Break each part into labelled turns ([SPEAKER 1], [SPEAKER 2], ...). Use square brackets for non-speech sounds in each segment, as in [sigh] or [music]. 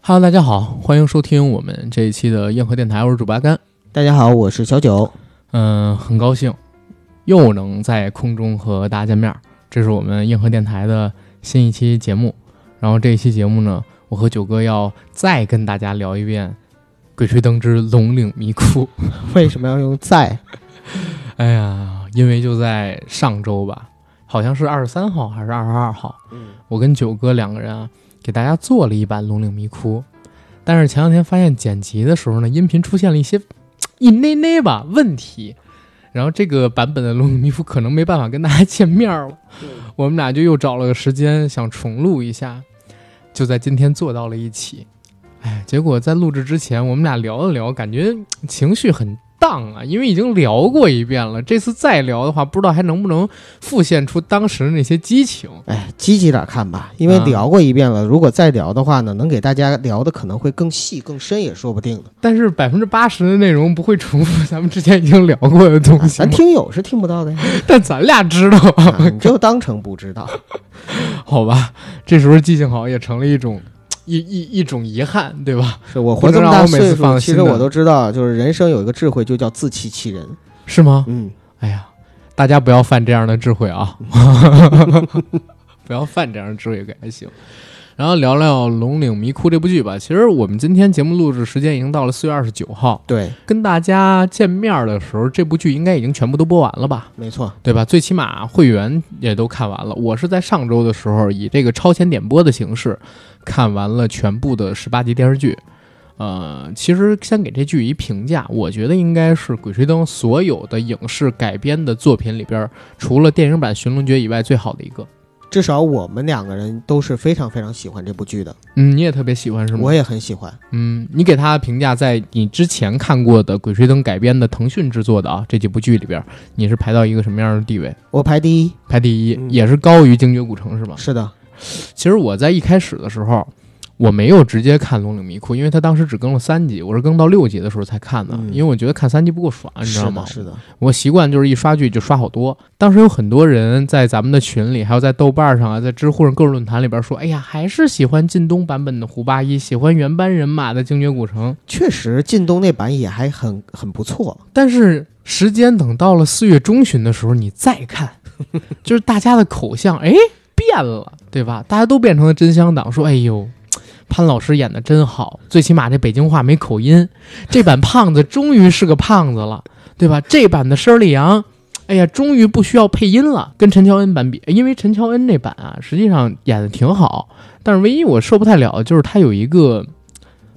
[SPEAKER 1] Hello，大家好，欢迎收听我们这一期的硬核电台，我是主八甘。
[SPEAKER 2] 大家好，我是小九。
[SPEAKER 1] 嗯、很高兴又能在空中和大家见面儿，这是我们硬核电台的新一期节目。然后这一期节目呢，我和九哥要再跟大家聊一遍《鬼吹灯之龙岭迷窟》。
[SPEAKER 2] 为什么要用在？
[SPEAKER 1] 哎呀，因为就在上周吧，好像是二十三号还是二十二号，
[SPEAKER 2] 嗯，
[SPEAKER 1] 我跟九哥两个人啊，给大家做了一版《龙岭迷窟》，但是前两天发现剪辑的时候呢，音频出现了一些嘖一内内吧问题，然后这个版本的《龙岭迷窟》可能没办法跟大家见面了，我们俩就又找了个时间想重录一下，就在今天做到了一起。哎，结果在录制之前，我们俩聊了聊，感觉嘖情绪很荡啊，因为已经聊过一遍了，这次再聊的话，不知道还能不能复现出当时的那些激情。
[SPEAKER 2] 哎，积极点看吧，因为
[SPEAKER 1] 啊
[SPEAKER 2] 聊过一遍了，如果再聊的话呢，能给大家聊的可能会更细、更深，也说不定呢。
[SPEAKER 1] 但是百分之八十的内容不会重复咱们之前已经聊过的东
[SPEAKER 2] 啊
[SPEAKER 1] 西
[SPEAKER 2] 咱
[SPEAKER 1] 吗，
[SPEAKER 2] 听友是听不到的呀，
[SPEAKER 1] [laughs] 但咱俩知道，
[SPEAKER 2] 啊你就当成不知道。
[SPEAKER 1] 好吧？这时候记性好也成了一种一一一种遗憾，对吧？
[SPEAKER 2] 是我活
[SPEAKER 1] 不
[SPEAKER 2] 这么
[SPEAKER 1] 能让
[SPEAKER 2] 大
[SPEAKER 1] 我每次
[SPEAKER 2] 岁数，
[SPEAKER 1] 放
[SPEAKER 2] 其
[SPEAKER 1] 心
[SPEAKER 2] 实
[SPEAKER 1] 的
[SPEAKER 2] 我都知道，就是人生有一个智慧，就叫自欺欺人。
[SPEAKER 1] 是吗？
[SPEAKER 2] 嗯，
[SPEAKER 1] 哎呀，大家不要犯这样的智慧啊！ [laughs] 不要犯这样的智慧可还行。然后聊聊《龙岭迷窟》这部剧吧。其实我们今天节目录制时间已经到了四月二十九号，
[SPEAKER 2] 对，
[SPEAKER 1] 跟大家见面的时候，这部剧应该已经全部都播完了吧？
[SPEAKER 2] 没错。
[SPEAKER 1] 对吧？最起码会员也都看完了。我是在上周的时候以这个超前点播的形式看完了全部的十八集电视剧。呃，其实先给这剧一评价，我觉得应该是《鬼吹灯》所有的影视改编的作品里边儿，除了电影版《寻龙诀》以外，最好的一个。
[SPEAKER 2] 至少我们两个人都是非常非常喜欢这部剧的，
[SPEAKER 1] 嗯，你也特别喜欢是吗？
[SPEAKER 2] 我也很喜欢。
[SPEAKER 1] 嗯，你给他的评价，在你之前看过的《鬼吹灯》改编的腾讯制作的啊这几部剧里边儿，你是排到一个什么样的地位？
[SPEAKER 2] 我排第一，
[SPEAKER 1] 排第一，
[SPEAKER 2] 嗯
[SPEAKER 1] 也是高于《精绝古城》是吗？
[SPEAKER 2] 是的，
[SPEAKER 1] 其实我在一开始的时候，我没有直接看《龙岭迷窟》，因为他当时只更了三集，我是更到六集的时候才看的，
[SPEAKER 2] 嗯
[SPEAKER 1] 因为我觉得看三集不够爽，啊你知
[SPEAKER 2] 是
[SPEAKER 1] 道吗
[SPEAKER 2] 的，？是的，
[SPEAKER 1] 我习惯就是一刷剧就刷好多。当时有很多人在咱们的群里，还有在豆瓣上啊，在知乎上各种论坛里边说：“哎呀，还是喜欢靳东版本的胡八一，喜欢原班人马的《精绝古城》。
[SPEAKER 2] 确实，靳东那版也还很很不错。”
[SPEAKER 1] 但是时间等到了四月中旬的时候，你再看，就是大家的口相哎变了，对吧？大家都变成了真香党，说哎呦，潘老师演的真好，最起码这北京话没口音，这版胖子终于是个胖子了，对吧？这版的申里阳。哎呀，终于不需要配音了。跟陈乔恩版比，因为陈乔恩那版啊，实际上演的挺好，但是唯一我受不太了的就是他有一个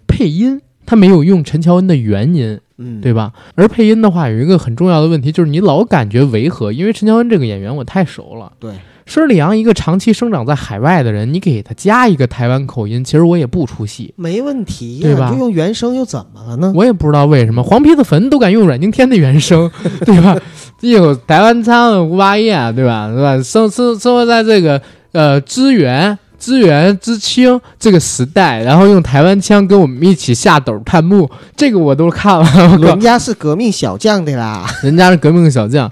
[SPEAKER 1] 配音，他没有用陈乔恩的原音，
[SPEAKER 2] 嗯，
[SPEAKER 1] 对吧？而配音的话，有一个很重要的问题，就是你老感觉违和，因为陈乔恩这个演员我太熟了。
[SPEAKER 2] 对，
[SPEAKER 1] 施里昂一个长期生长在海外的人，你给他加一个台湾口音，其实我也不出戏，
[SPEAKER 2] 没问题呀、
[SPEAKER 1] 对吧
[SPEAKER 2] 就用原声又怎么了呢？
[SPEAKER 1] 我也不知道为什么黄皮子坟都敢用阮经天的原
[SPEAKER 2] [laughs]
[SPEAKER 1] 声，对吧？这有台湾腔吴八艳，对吧？对吧？生生生活在这个呃资源。资源知青这个时代，然后用台湾腔跟我们一起下斗探墓，这个我都看了。我靠
[SPEAKER 2] 人家是革命小将的啦。
[SPEAKER 1] 人家是革命小将。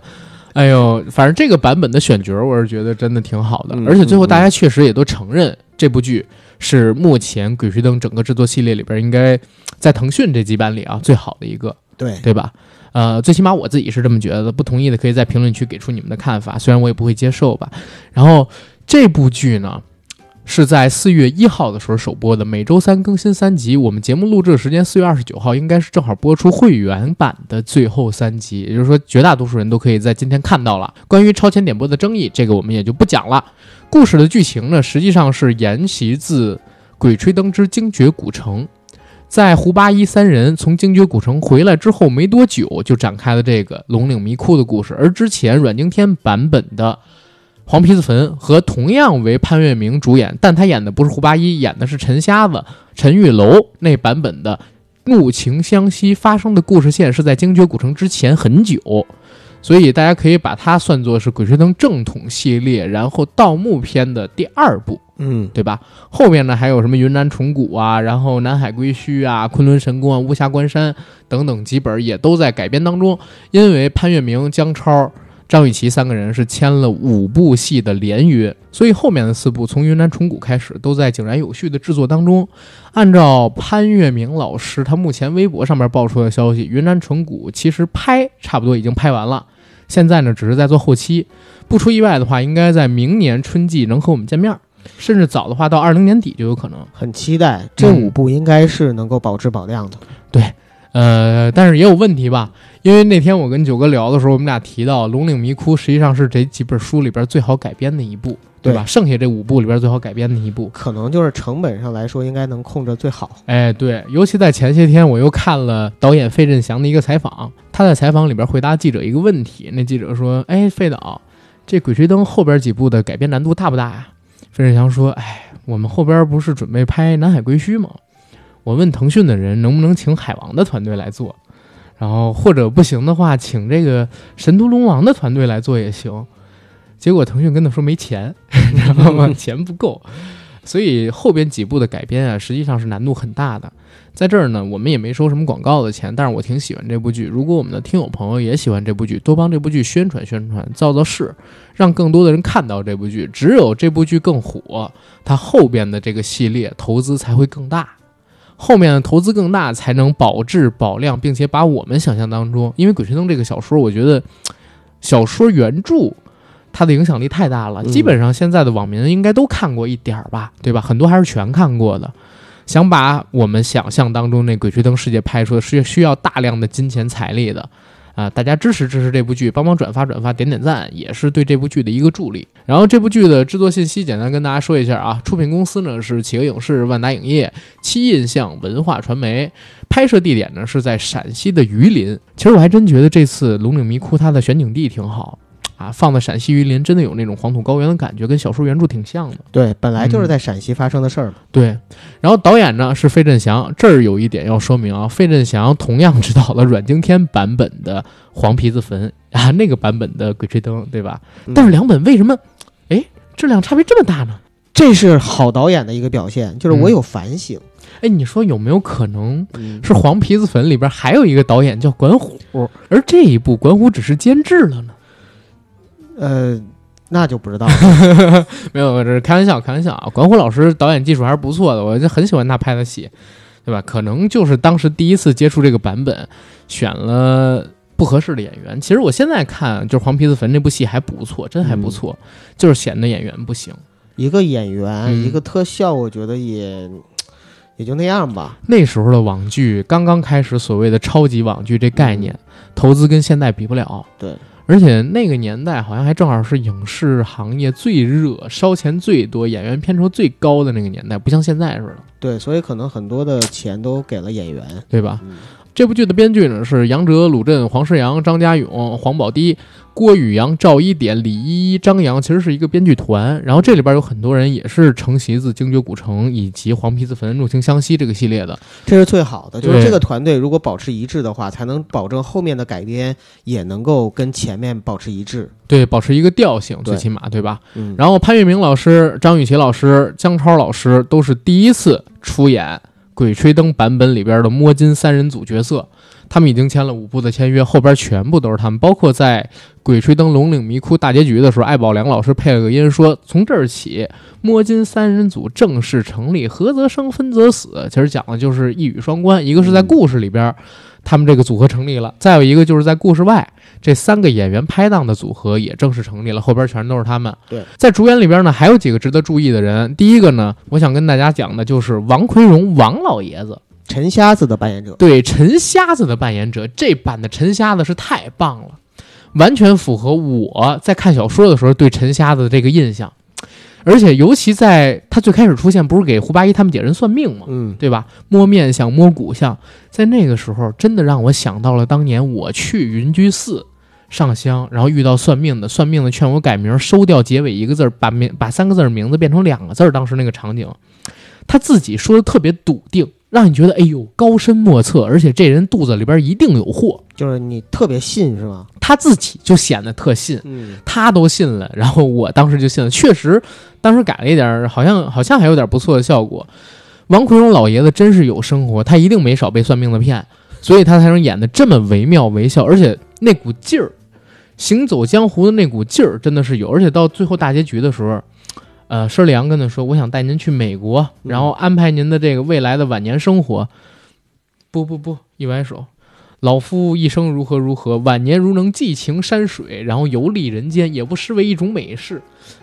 [SPEAKER 1] 哎呦，反正这个版本的选角，我是觉得真的挺好的，
[SPEAKER 2] 嗯
[SPEAKER 1] 而且最后大家确实也都承认这部剧是目前《鬼吹灯》整个制作系列里边应该在腾讯这几版里啊最好的一个，
[SPEAKER 2] 对，
[SPEAKER 1] [laughs] 对吧？呃，最起码我自己是这么觉得的，不同意的可以在评论区给出你们的看法，虽然我也不会接受吧。然后这部剧呢是在四月一号的时候首播的，每周三更新三集。我们节目录制的时间四月二十九号，应该是正好播出会员版的最后三集，也就是说绝大多数人都可以在今天看到了。关于超前点播的争议，这个我们也就不讲了。故事的剧情呢，实际上是沿袭自《鬼吹灯之精绝古城》。在胡八一三人从精绝古城回来之后没多久，就展开了这个龙岭迷窟的故事。而之前阮经天版本的《黄皮子坟》和同样为潘粤明主演，但他演的不是胡八一，演的是陈瞎子陈玉楼那版本的《怒晴湘西》发生的故事线是在精绝古城之前很久。所以大家可以把它算作是《鬼吹灯》正统系列，然后盗墓篇的第二部。
[SPEAKER 2] 嗯，
[SPEAKER 1] 对吧？后面呢还有什么云南虫谷啊，然后南海归墟啊、昆仑神宫啊、巫峡关山等等几本也都在改编当中。因为潘粤明、姜超、张雨绮三个人是签了五部戏的联约，所以后面的四部从《云南虫谷》开始都在井然有序的制作当中。按照潘粤明老师他目前微博上面爆出的消息，《云南虫谷》其实拍差不多已经拍完了，现在呢只是在做后期。不出意外的话，应该在明年春季能和我们见面儿，甚至早的话到二零年底就有可能。
[SPEAKER 2] 很期待这
[SPEAKER 1] 嗯
[SPEAKER 2] 五部应该是能够保质保量的。
[SPEAKER 1] 呃，但是也有问题吧，因为那天我跟九哥聊的时候，我们俩提到《龙岭迷窟》实际上是这几本书里边最好改编的一部，对吧？剩下这五部里边最好改编的一部。
[SPEAKER 2] 可能就是成本上来说，应该能控制最好。
[SPEAKER 1] 哎，对，尤其在前些天，我又看了导演费振祥的一个采访，他在采访里边回答记者一个问题，那记者说：“哎，费导，这《鬼吹灯》后边几部的改编难度大不大呀？”费振祥说：“哎，我们后边不是准备拍《南海归墟》吗？我问腾讯的人能不能请海王的团队来做，然后或者不行的话，请这个神都龙王的团队来做也行。”结果腾讯跟他说没钱， [laughs] 你知道吗？钱不够，所以后边几部的改编啊，实际上是难度很大的。在这儿呢，我们也没收什么广告的钱，但是我挺喜欢这部剧。如果我们的听友朋友也喜欢这部剧，多帮这部剧宣传宣传，造造势，让更多的人看到这部剧。只有这部剧更火，它后边的这个系列投资才会更大，后面的投资更大才能保质保量，并且把我们想象当中，因为《鬼吹灯》这个小说，我觉得小说原著它的影响力太大了，
[SPEAKER 2] 嗯
[SPEAKER 1] 基本上现在的网民应该都看过一点儿吧，对吧？很多还是全看过的。想把我们想象当中那《鬼吹灯》世界拍出的，是需要大量的金钱财力的，啊、大家支持支持这部剧，帮忙转发转发，点点赞，也是对这部剧的一个助力。然后这部剧的制作信息，简单跟大家说一下啊，出品公司呢是企鹅影视、万达影业、七印象文化传媒，拍摄地点呢是在陕西的榆林。其实我还真觉得这次《龙岭迷窟》它的选景地挺好。啊，放在陕西榆林，真的有那种黄土高原的感觉，跟小说原著挺像的。
[SPEAKER 2] 对，本来就是在陕西发生的事儿嘛。
[SPEAKER 1] 对，然后导演呢是费振祥，这儿有一点要说明啊，费振祥同样指导了阮经天版本的《黄皮子坟》啊，那个版本的《鬼吹灯》，对吧？
[SPEAKER 2] 嗯
[SPEAKER 1] 但是两本为什么，哎，质量差别这么大呢？
[SPEAKER 2] 这是好导演的一个表现，
[SPEAKER 1] 嗯
[SPEAKER 2] 就是我有反省。
[SPEAKER 1] 哎，你说有没有可能
[SPEAKER 2] 嗯
[SPEAKER 1] 是《黄皮子坟》里边还有一个导演叫管虎，而这一部管虎只是监制了呢？
[SPEAKER 2] 呃，那就不知
[SPEAKER 1] [laughs]
[SPEAKER 2] 道。了。
[SPEAKER 1] 没有，这是开玩笑，开玩笑啊！管虎老师导演技术还是不错的，我就很喜欢他拍的戏，对吧？可能就是当时第一次接触这个版本，选了不合适的演员。其实我现在看，就是《黄皮子坟》这部戏还不错，真还不错，就是显得演员不行。
[SPEAKER 2] 一个演员，
[SPEAKER 1] 嗯
[SPEAKER 2] 一个特效，我觉得也也就那样吧。
[SPEAKER 1] 那时候的网剧刚刚开始，所谓的超级网剧这概念，投资跟现在比不了。
[SPEAKER 2] 嗯对，
[SPEAKER 1] 而且那个年代好像还正好是影视行业最热、烧钱最多、演员片酬最高的那个年代，不像现在似的。
[SPEAKER 2] 对，所以可能很多的钱都给了演员。
[SPEAKER 1] 对吧？
[SPEAKER 2] 嗯
[SPEAKER 1] 这部剧的编剧呢是杨哲、鲁震、黄世阳、张家勇、黄宝迪、郭宇阳、赵一点、李依依、张扬，其实是一个编剧团。然后这里边有很多人也是承袭自《精绝古城》以及《黄皮子坟》《入情相惜》这个系列的。
[SPEAKER 2] 这是最好的，就是
[SPEAKER 1] 对
[SPEAKER 2] 这个团队如果保持一致的话，才能保证后面的改编也能够跟前面保持一致。
[SPEAKER 1] 对，保持一个调性，最
[SPEAKER 2] 对
[SPEAKER 1] 起码对吧？
[SPEAKER 2] 嗯，
[SPEAKER 1] 然后潘粤明老师、张雨绮老师、姜超老师都是第一次出演《鬼吹灯》版本里边的摸金三人组角色，他们已经签了五部的签约，后边全部都是他们，包括在《鬼吹灯》龙岭迷窟大结局的时候，艾宝良老师配了个音说：“从这儿起，摸金三人组正式成立，合则生，分则死。”其实讲的就是一语双关，一个是在故事里边。他们这个组合成立了，再有一个就是在故事外，这三个演员拍档的组合也正式成立了，后边全都是他们。在主演里边呢，还有几个值得注意的人。第一个呢，我想跟大家讲的就是王奎荣王老爷子，
[SPEAKER 2] 陈瞎子的扮演者，
[SPEAKER 1] 对陈瞎子的扮演者。这版的陈瞎子是太棒了，完全符合我在看小说的时候对陈瞎子的这个印象。而且尤其在他最开始出现，不是给胡八一他们几人算命吗？
[SPEAKER 2] 嗯，
[SPEAKER 1] 对吧？摸面相、摸骨相，在那个时候真的让我想到了当年我去云居寺上香，然后遇到算命的，算命的劝我改名，收掉结尾一个字儿，把名把三个字儿名字变成两个字儿，当时那个场景，他自己说的特别笃定，让你觉得哎呦高深莫测，而且这人肚子里边一定有货，
[SPEAKER 2] 就是你特别信是吗？
[SPEAKER 1] 他自己就显得特信。
[SPEAKER 2] 嗯，
[SPEAKER 1] 他都信了，然后我当时就信了，确实当时改了一点儿，好像好像还有点不错的效果。王奎荣老爷子真是有生活，他一定没少被算命的骗，所以他才能演得这么惟妙惟肖，而且那股劲儿，行走江湖的那股劲儿真的是有，而且到最后大结局的时候，呃，施利昂跟他说：“我想带您去美国，
[SPEAKER 2] 嗯
[SPEAKER 1] 然后安排您的这个未来的晚年生活。”不不不，一摆手，老夫一生如何如何，晚年如能寄情山水，然后游历人间，也不失为一种美事。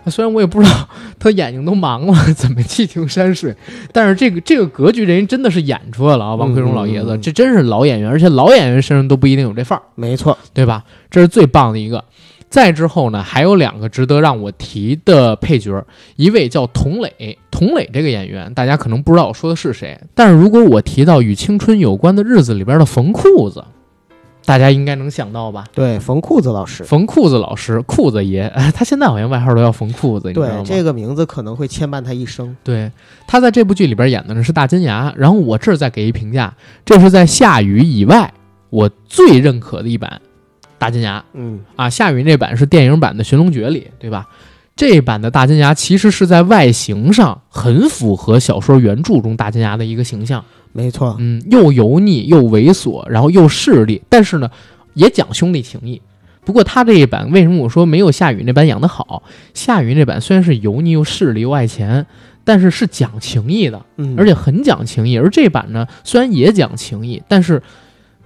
[SPEAKER 1] 虽然我也不知道他眼睛都盲了， [laughs] 怎么寄情山水，但是这个这个格局，人家真的是演出来了啊！王奎荣老爷子，
[SPEAKER 2] 嗯嗯嗯
[SPEAKER 1] 这真是老演员，而且老演员身上都不一定有这范儿。
[SPEAKER 2] 没错，
[SPEAKER 1] 对吧？这是最棒的一个。再之后呢，还有两个值得让我提的配角儿，一位叫童磊，童磊这个演员大家可能不知道我说的是谁，但是如果我提到与青春有关的日子里边的冯裤子，大家应该能想到吧？
[SPEAKER 2] 对，冯裤子老师，
[SPEAKER 1] 冯裤子老师，裤子爷， [laughs] 哎他现在好像外号都叫冯裤子，你知道
[SPEAKER 2] 对
[SPEAKER 1] 吗？
[SPEAKER 2] 这个名字可能会牵绊他一生。
[SPEAKER 1] 对，他在这部剧里边演的呢是大金牙，然后我这儿再给一评价，这是在夏雨以外我最认可的一版大金牙。
[SPEAKER 2] 嗯，
[SPEAKER 1] 啊，夏雨那版是电影版的《寻龙诀》里，对吧？这版的大金牙其实是在外形上很符合小说原著中大金牙的一个形象，
[SPEAKER 2] 没错，
[SPEAKER 1] 嗯，又油腻又猥琐，然后又势利，但是呢，也讲兄弟情义。不过他这一版为什么我说没有夏雨那版演得好？夏雨那版虽然是油腻又势利又爱钱，但是是讲情义的，
[SPEAKER 2] 嗯，
[SPEAKER 1] 而且很讲情义。而这版呢，虽然也讲情义，但是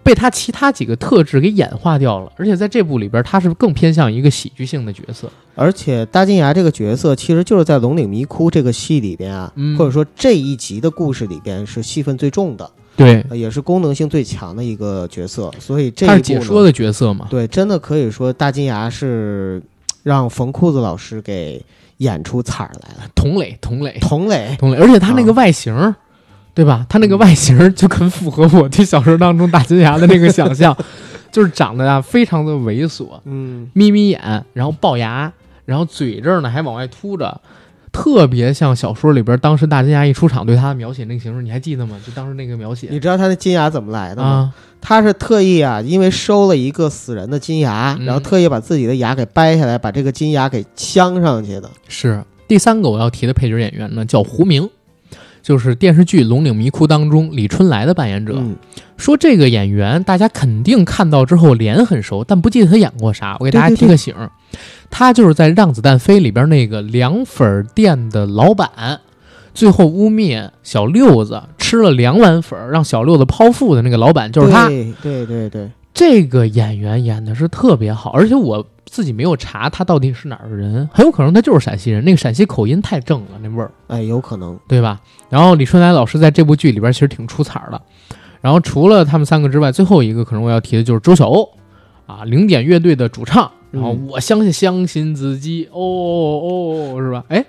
[SPEAKER 1] 被他其他几个特质给演化掉了。而且在这部里边，他是更偏向一个喜剧性的角色。
[SPEAKER 2] 而且大金牙这个角色，其实就是在《龙岭迷窟》这个戏里边啊，
[SPEAKER 1] 嗯
[SPEAKER 2] 或者说这一集的故事里边是戏份最重的，
[SPEAKER 1] 对，
[SPEAKER 2] 呃也是功能性最强的一个角色。所以这一
[SPEAKER 1] 他
[SPEAKER 2] 部
[SPEAKER 1] 是解
[SPEAKER 2] 呢
[SPEAKER 1] 说的角色嘛？
[SPEAKER 2] 对，真的可以说大金牙是嘖让冯裤子老师给演出彩儿来了。
[SPEAKER 1] 同类，同类，
[SPEAKER 2] 童磊，
[SPEAKER 1] 同类。而且他那
[SPEAKER 2] 啊
[SPEAKER 1] 个外形儿。对吧？他那个外形儿
[SPEAKER 2] 嗯
[SPEAKER 1] 就很符合我对小说当中大金牙的那个想象， [laughs] 就是长得啊非常的猥琐，
[SPEAKER 2] 嗯，
[SPEAKER 1] 眯眯眼，然后龅牙，然后嘴这儿呢还往外凸着，特别像小说里边当时大金牙一出场对他的描写那个形式，你还记得吗？就当时那个描写
[SPEAKER 2] 你知道他的金牙怎么来的吗？
[SPEAKER 1] 啊，
[SPEAKER 2] 他是特意啊，因为收了一个死人的金牙，
[SPEAKER 1] 嗯
[SPEAKER 2] 然后特意把自己的牙给掰下来，把这个金牙给镶上去的。
[SPEAKER 1] 是第三个我要提的配角演员呢，叫胡明，就是电视剧《龙岭迷窟》当中李春来的扮演者。
[SPEAKER 2] 嗯，
[SPEAKER 1] 说这个演员，大家肯定看到之后脸很熟，但不记得他演过啥。我给大家
[SPEAKER 2] 对对
[SPEAKER 1] 提个醒儿，他就是在《让子弹飞》里边那个凉粉儿店的老板，最后污蔑小六子吃了两碗粉儿，让小六子剖腹的那个老板就是他。
[SPEAKER 2] 对对对对，
[SPEAKER 1] 这个演员演的是特别好，而且我自己没有查他到底是哪儿的人，很有可能他就是陕西人，那个陕西口音太正了，那味儿。
[SPEAKER 2] 哎，有可能。
[SPEAKER 1] 对吧？然后李春来老师在这部剧里边其实挺出彩儿的。然后除了他们三个之外，最后一个可能我要提的就是周晓鸥，啊，零点乐队的主唱。然后
[SPEAKER 2] 嗯
[SPEAKER 1] 我相信相信自己，哦哦哦，是吧？哎，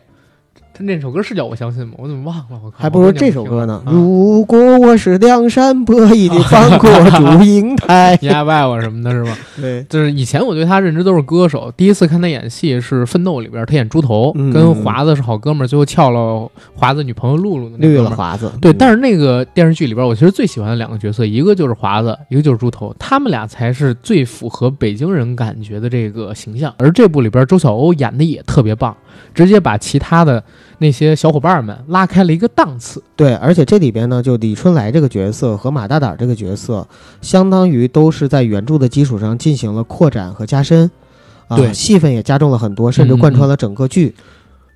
[SPEAKER 1] 他那首歌是叫我相信吗？我怎么忘了？我靠，
[SPEAKER 2] 还不如这首歌呢。
[SPEAKER 1] 啊
[SPEAKER 2] 如果我是梁山伯，一定翻
[SPEAKER 1] [laughs]
[SPEAKER 2] 过祝英台。
[SPEAKER 1] 你爱不爱我什么的，是吧？ [laughs]
[SPEAKER 2] 对，
[SPEAKER 1] 就是以前我对他认知都是歌手，第一次看他演戏是《奋斗》里边，他演猪头，
[SPEAKER 2] 嗯
[SPEAKER 1] 跟华子是好哥们儿，最后撬了华子女朋友露露的那
[SPEAKER 2] 绿
[SPEAKER 1] 哥
[SPEAKER 2] 了
[SPEAKER 1] 们儿。
[SPEAKER 2] 华子。
[SPEAKER 1] 嗯
[SPEAKER 2] 嗯
[SPEAKER 1] 对，但是那个电视剧里边，我其实最喜欢的两个角色，一个就是华子，一个就是猪头，他们俩才是最符合北京人感觉的这个形象。而这部里边，周晓鸥演的也特别棒，直接把其他的那些小伙伴们拉开了一个档次。
[SPEAKER 2] 对，而且这里边呢，就李春来这个角色和马大胆这个角色，相当于都是在原著的基础上进行了扩展和加深，啊，
[SPEAKER 1] 对
[SPEAKER 2] 戏份也加重了很多，甚至
[SPEAKER 1] 嗯嗯
[SPEAKER 2] 贯穿了整个剧。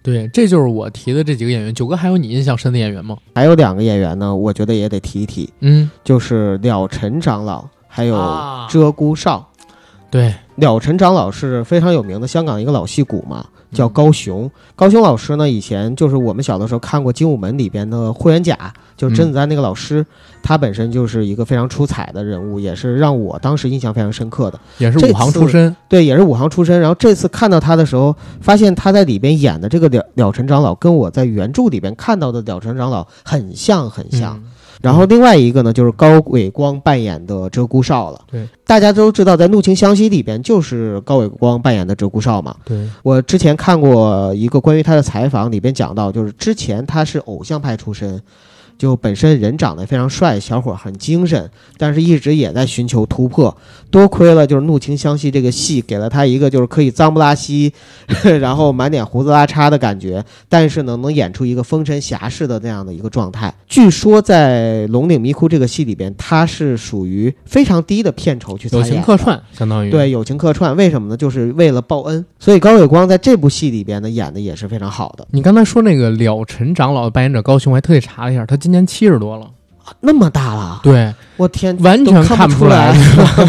[SPEAKER 1] 对，这就是我提的这几个演员。九哥，还有你印象深的演员吗？
[SPEAKER 2] 还有两个演员呢，我觉得也得提一提，
[SPEAKER 1] 嗯，
[SPEAKER 2] 就是了尘长老，还有
[SPEAKER 1] 啊
[SPEAKER 2] 鹧鸪哨。
[SPEAKER 1] 对，
[SPEAKER 2] 了尘长老是非常有名的香港一个老戏骨嘛，叫高雄。高雄老师呢，以前就是我们小的时候看过《精武门》里边的霍元甲，就是甄子丹那个老
[SPEAKER 1] 嗯
[SPEAKER 2] 师，他本身就是一个非常出彩的人物，也是让我当时印象非常深刻的。
[SPEAKER 1] 嗯也是
[SPEAKER 2] 这
[SPEAKER 1] 武行
[SPEAKER 2] 次
[SPEAKER 1] 出身。
[SPEAKER 2] 对，也是武行出身。然后这次看到他的时候，发现他在里边演的这个了了尘长老，跟我在原著里边看到的了尘长老很像，很像。
[SPEAKER 1] 嗯
[SPEAKER 2] 然后另外一个呢，就是高伟光扮演的鹧鸪哨了。
[SPEAKER 1] 对，
[SPEAKER 2] 大家都知道，在《怒晴湘西》里边就是高伟光扮演的鹧鸪哨嘛。
[SPEAKER 1] 对，
[SPEAKER 2] 我之前看过一个关于他的采访，里边讲到，就是之前他是偶像派出身，就本身人长得非常帅，小伙儿很精神，但是一直也在寻求突破。多亏了就是《怒晴湘西》这个戏，给了他一个就是可以脏不拉稀， [laughs] 然后满脸胡子拉碴的感觉，但是呢能演出一个风尘侠士的那样的一个状态。据说在《龙岭迷窟》这个戏里边，他是属于非常低的片酬去参
[SPEAKER 1] 友
[SPEAKER 2] 演的
[SPEAKER 1] 情客串，相当于，
[SPEAKER 2] 对友情客串，为什么呢？就是为了报恩。所以高伟光在这部戏里边呢，演的也是非常好的。
[SPEAKER 1] 你刚才说那个了尘长老的扮演者高雄，我还特意查了一下，他今年七十多了，
[SPEAKER 2] 那么大了，
[SPEAKER 1] 对，
[SPEAKER 2] 我天，
[SPEAKER 1] 完全
[SPEAKER 2] 都看
[SPEAKER 1] 不
[SPEAKER 2] 出
[SPEAKER 1] 来。。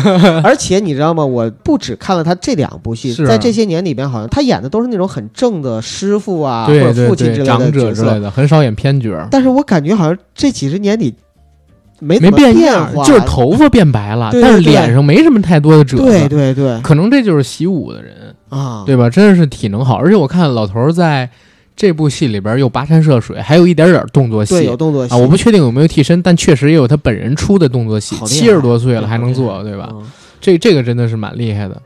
[SPEAKER 1] [laughs]
[SPEAKER 2] 而且你知道吗？我不只看了他这两部戏，
[SPEAKER 1] 是啊
[SPEAKER 2] 在这些年里边，好像他演的都是那种很正的师傅啊，
[SPEAKER 1] [laughs]
[SPEAKER 2] 或
[SPEAKER 1] 对
[SPEAKER 2] 者
[SPEAKER 1] 对
[SPEAKER 2] 父亲之
[SPEAKER 1] 对，
[SPEAKER 2] 类
[SPEAKER 1] 长
[SPEAKER 2] 的
[SPEAKER 1] 者
[SPEAKER 2] 角
[SPEAKER 1] 之类
[SPEAKER 2] 色。
[SPEAKER 1] 的，很少演偏角儿，
[SPEAKER 2] 但是我感觉好像这几十年里没怎
[SPEAKER 1] 没
[SPEAKER 2] 么
[SPEAKER 1] 变样
[SPEAKER 2] 变化，
[SPEAKER 1] 儿，就是头发变白了，
[SPEAKER 2] 对对
[SPEAKER 1] 但是
[SPEAKER 2] 对
[SPEAKER 1] 脸上没什么太多的褶子。
[SPEAKER 2] 对对对
[SPEAKER 1] 可能这就是习武的人，
[SPEAKER 2] 啊，
[SPEAKER 1] 对吧？真的是体能好，而且我看老头儿在这部戏里边又跋山涉水，还有一点点动作
[SPEAKER 2] 对
[SPEAKER 1] 戏
[SPEAKER 2] 有动作戏
[SPEAKER 1] 啊，我不确定有没有替身，但确实也有他本人出的动作戏
[SPEAKER 2] 好，厉害
[SPEAKER 1] 七十多岁了
[SPEAKER 2] 对
[SPEAKER 1] 还能
[SPEAKER 2] 好
[SPEAKER 1] 做，对吧？
[SPEAKER 2] 嗯
[SPEAKER 1] 这这个真的是蛮厉害的。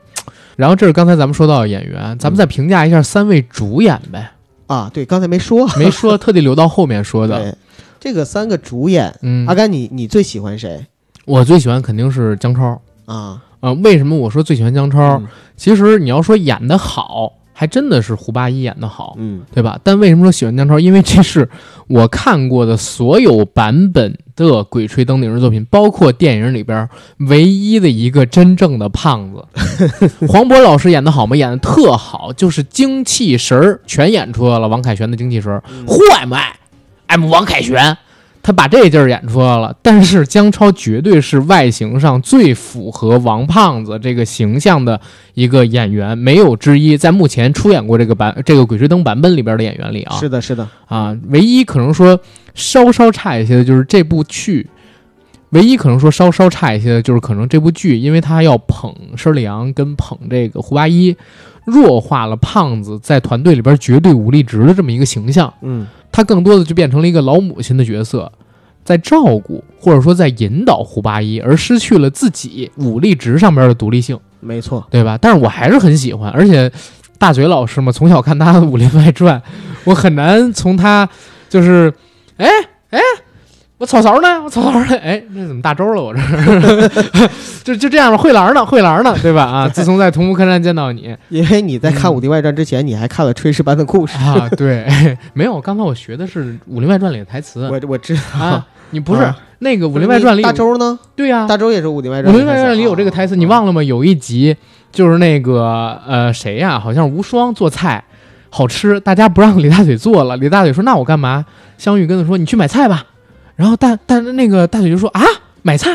[SPEAKER 1] 然后这是刚才咱们说到的演员，咱们
[SPEAKER 2] 嗯
[SPEAKER 1] 再评价一下三位主演呗，
[SPEAKER 2] 啊，对，刚才没说
[SPEAKER 1] 没
[SPEAKER 2] [laughs]
[SPEAKER 1] 说，特地留到后面说的。
[SPEAKER 2] 对这个三个主演，
[SPEAKER 1] 嗯
[SPEAKER 2] 阿，甘，你你最喜欢谁
[SPEAKER 1] 我最喜欢肯定是姜超。
[SPEAKER 2] 啊？
[SPEAKER 1] 呃，为什么我说最喜欢姜超？
[SPEAKER 2] 嗯
[SPEAKER 1] 其实你要说演的好，还真的是胡八一演的好，
[SPEAKER 2] 嗯
[SPEAKER 1] 对吧？但为什么说喜欢姜超？因为这是我看过的所有版本的《鬼吹灯》影视作品，包括电影里边唯一的一个真正的胖子。 [laughs] 黄渤老师演的好吗？演的特好，就是精气神儿全演出来了。王凯旋的精气神儿，
[SPEAKER 2] 嗯
[SPEAKER 1] 户外不爱爱慕王凯旋，他把这劲儿演出来了。但是姜超绝对是外形上最符合王胖子这个形象的一个演员，没有之一。在目前出演过这个版这个《鬼吹灯》版本里边的演员里啊，
[SPEAKER 2] 是的，是的，
[SPEAKER 1] 啊，唯一可能说稍稍差一些的就是这部剧。唯一可能说稍稍差一些的就是，可能这部剧因为他要捧申里昂跟捧这个胡八一，弱化了胖子在团队里边绝对武力值的这么一个形象。
[SPEAKER 2] 嗯
[SPEAKER 1] 她更多的就变成了一个老母亲的角色，在照顾或者说在引导胡八一，而失去了自己武力值上边的独立性，
[SPEAKER 2] 没错，
[SPEAKER 1] 对吧？但是我还是很喜欢，而且大嘴老师嘛，从小看他的《武林外传》，我很难从他就是，哎哎。我草勺呢？我草勺呢？哎，那怎么大周了？我这儿 [laughs] 就就这样吧。慧兰呢？慧兰呢？对吧？啊，自从在同福客栈见到
[SPEAKER 2] [laughs]
[SPEAKER 1] 你
[SPEAKER 2] 因为你在看《武林外传》之前，你还看了《炊事班的故事》
[SPEAKER 1] 啊，对， [laughs] 没有，刚才我学的是《武林外传》里的台词。
[SPEAKER 2] 我我知道，
[SPEAKER 1] 啊，你不是、
[SPEAKER 2] 啊
[SPEAKER 1] 那嗯个《武林外传》里有
[SPEAKER 2] 大周呢？
[SPEAKER 1] 对啊呀、
[SPEAKER 2] 大周也是《武林外
[SPEAKER 1] 武
[SPEAKER 2] 传》。
[SPEAKER 1] 林外传》里
[SPEAKER 2] 哦
[SPEAKER 1] 有这个台词，你忘了吗？有一集就是那个呃谁呀、好像是无双做菜好吃，大家不让李大嘴做了，李大嘴说那我干嘛？香玉跟他说你去买菜吧，然后大大那个大嘴就说啊买菜，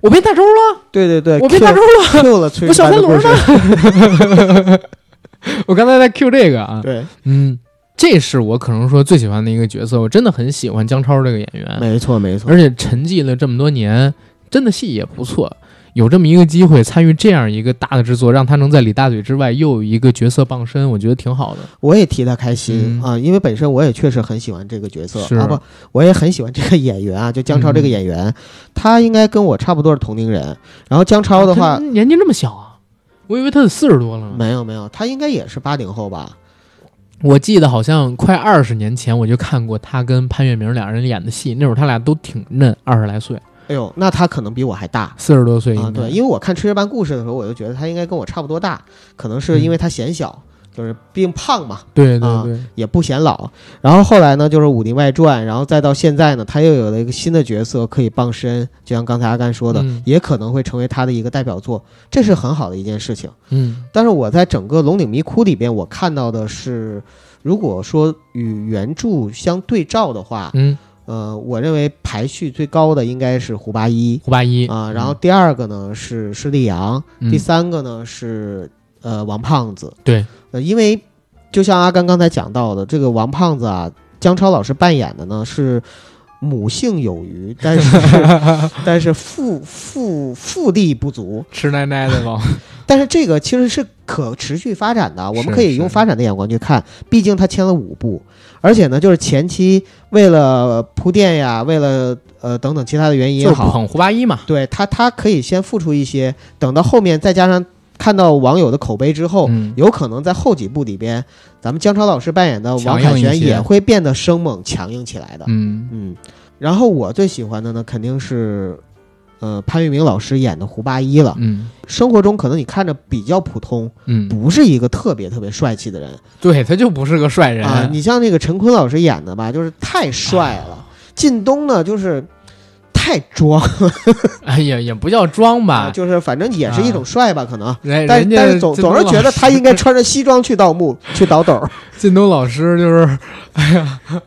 [SPEAKER 1] 我变大周了， [laughs]
[SPEAKER 2] 对对对，
[SPEAKER 1] 我变大周了，
[SPEAKER 2] Q 了
[SPEAKER 1] 我
[SPEAKER 2] 炊事
[SPEAKER 1] 小
[SPEAKER 2] 班
[SPEAKER 1] 三
[SPEAKER 2] 的故
[SPEAKER 1] 轮
[SPEAKER 2] 事。
[SPEAKER 1] 呢。我刚才在 Q 这个啊，
[SPEAKER 2] 对，
[SPEAKER 1] 嗯，这是我可能说最喜欢的一个角色，我真的很喜欢姜超这个演员。
[SPEAKER 2] 没错没错。
[SPEAKER 1] 而且沉寂了这么多年，真的戏也不错。有这么一个机会参与这样一个大的制作，让他能在李大嘴之外又有一个角色傍身，我觉得挺好的。
[SPEAKER 2] 我也替他开心
[SPEAKER 1] 嗯
[SPEAKER 2] 啊，因为本身我也确实很喜欢这个角色
[SPEAKER 1] 是嗯
[SPEAKER 2] 啊，不，我也很喜欢这个演员啊，就姜超这个演员，他应该跟我差不多是同龄人。然后姜超的
[SPEAKER 1] 啊
[SPEAKER 2] 话
[SPEAKER 1] 他，年纪这么小啊，我以为他得四十多了呢。
[SPEAKER 2] 没有没有，他应该也是八零后吧？
[SPEAKER 1] 我记得好像快二十年前我就看过他跟潘粤明两人演的戏，那会儿他俩都挺嫩，二十来岁，
[SPEAKER 2] 哎呦，那他可能比我还大。
[SPEAKER 1] 四十多岁
[SPEAKER 2] 啊，
[SPEAKER 1] 应该。
[SPEAKER 2] 对，因为我看《炊事班故事》的时候，我就觉得他应该跟我差不多大，可能
[SPEAKER 1] 嗯
[SPEAKER 2] 是因为他显小，就是毕竟胖嘛，
[SPEAKER 1] 对对
[SPEAKER 2] 啊
[SPEAKER 1] 对
[SPEAKER 2] 也不显老。然后后来呢，就是《武林外传》，然后再到现在呢，他又有了一个新的角色可以傍身，就像刚才阿甘说的，
[SPEAKER 1] 嗯
[SPEAKER 2] 也可能会成为他的一个代表作，这是很好的一件事情。
[SPEAKER 1] 嗯
[SPEAKER 2] 但是我在整个《龙岭迷窟》里边，我看到的是，如果说与原著相对照的话，
[SPEAKER 1] 嗯，
[SPEAKER 2] 呃，我认为排序最高的应该是胡八一。
[SPEAKER 1] 胡八一
[SPEAKER 2] 啊，然后第二个呢是施利阳，
[SPEAKER 1] 嗯
[SPEAKER 2] 第三个呢是呃王胖子。
[SPEAKER 1] 对，
[SPEAKER 2] 呃，因为就像阿甘刚才讲到的，这个王胖子啊，姜超老师扮演的呢是母性有余，但是
[SPEAKER 1] [laughs]
[SPEAKER 2] 但是腹腹腹力不足，
[SPEAKER 1] 吃奶奶的
[SPEAKER 2] [laughs]
[SPEAKER 1] 吧，
[SPEAKER 2] 但是这个其实是可持续发展的，我们
[SPEAKER 1] 是
[SPEAKER 2] 可以用
[SPEAKER 1] 是
[SPEAKER 2] 发展的眼光去看，毕竟他签了五部，而且呢就是前期为了铺垫呀，为了呃等等其他的原因也
[SPEAKER 1] 就是
[SPEAKER 2] 好，
[SPEAKER 1] 捧胡八一嘛。
[SPEAKER 2] 对他，他可以先付出一些，等到后面再加上看到网友的口碑之后，
[SPEAKER 1] 嗯
[SPEAKER 2] 有可能在后几部里边，咱们姜超老师扮演的
[SPEAKER 1] 强
[SPEAKER 2] 王凯
[SPEAKER 1] 硬一
[SPEAKER 2] 旋
[SPEAKER 1] 些
[SPEAKER 2] 也会变得生猛强硬起来的。
[SPEAKER 1] 嗯，
[SPEAKER 2] 嗯，然后我最喜欢的呢，肯定是，呃，潘粤明老师演的胡八一了。
[SPEAKER 1] 嗯
[SPEAKER 2] 生活中可能你看着比较普通，
[SPEAKER 1] 嗯，
[SPEAKER 2] 不是一个特别特别帅气的人
[SPEAKER 1] 对，他就不是个帅人
[SPEAKER 2] 啊。你像那个陈坤老师演的吧，就是太帅
[SPEAKER 1] 啊
[SPEAKER 2] 了。靳东呢，就是太装
[SPEAKER 1] [laughs] 哎也也不叫装
[SPEAKER 2] 啊，
[SPEAKER 1] 吧，
[SPEAKER 2] 就是反正也是一
[SPEAKER 1] 啊
[SPEAKER 2] 种帅吧，可能。
[SPEAKER 1] 人
[SPEAKER 2] 但
[SPEAKER 1] 人家
[SPEAKER 2] 但是总
[SPEAKER 1] 靳东
[SPEAKER 2] 总是觉
[SPEAKER 1] 老
[SPEAKER 2] 得他应该穿着西装去盗墓去倒斗
[SPEAKER 1] [laughs] 靳东老师就是，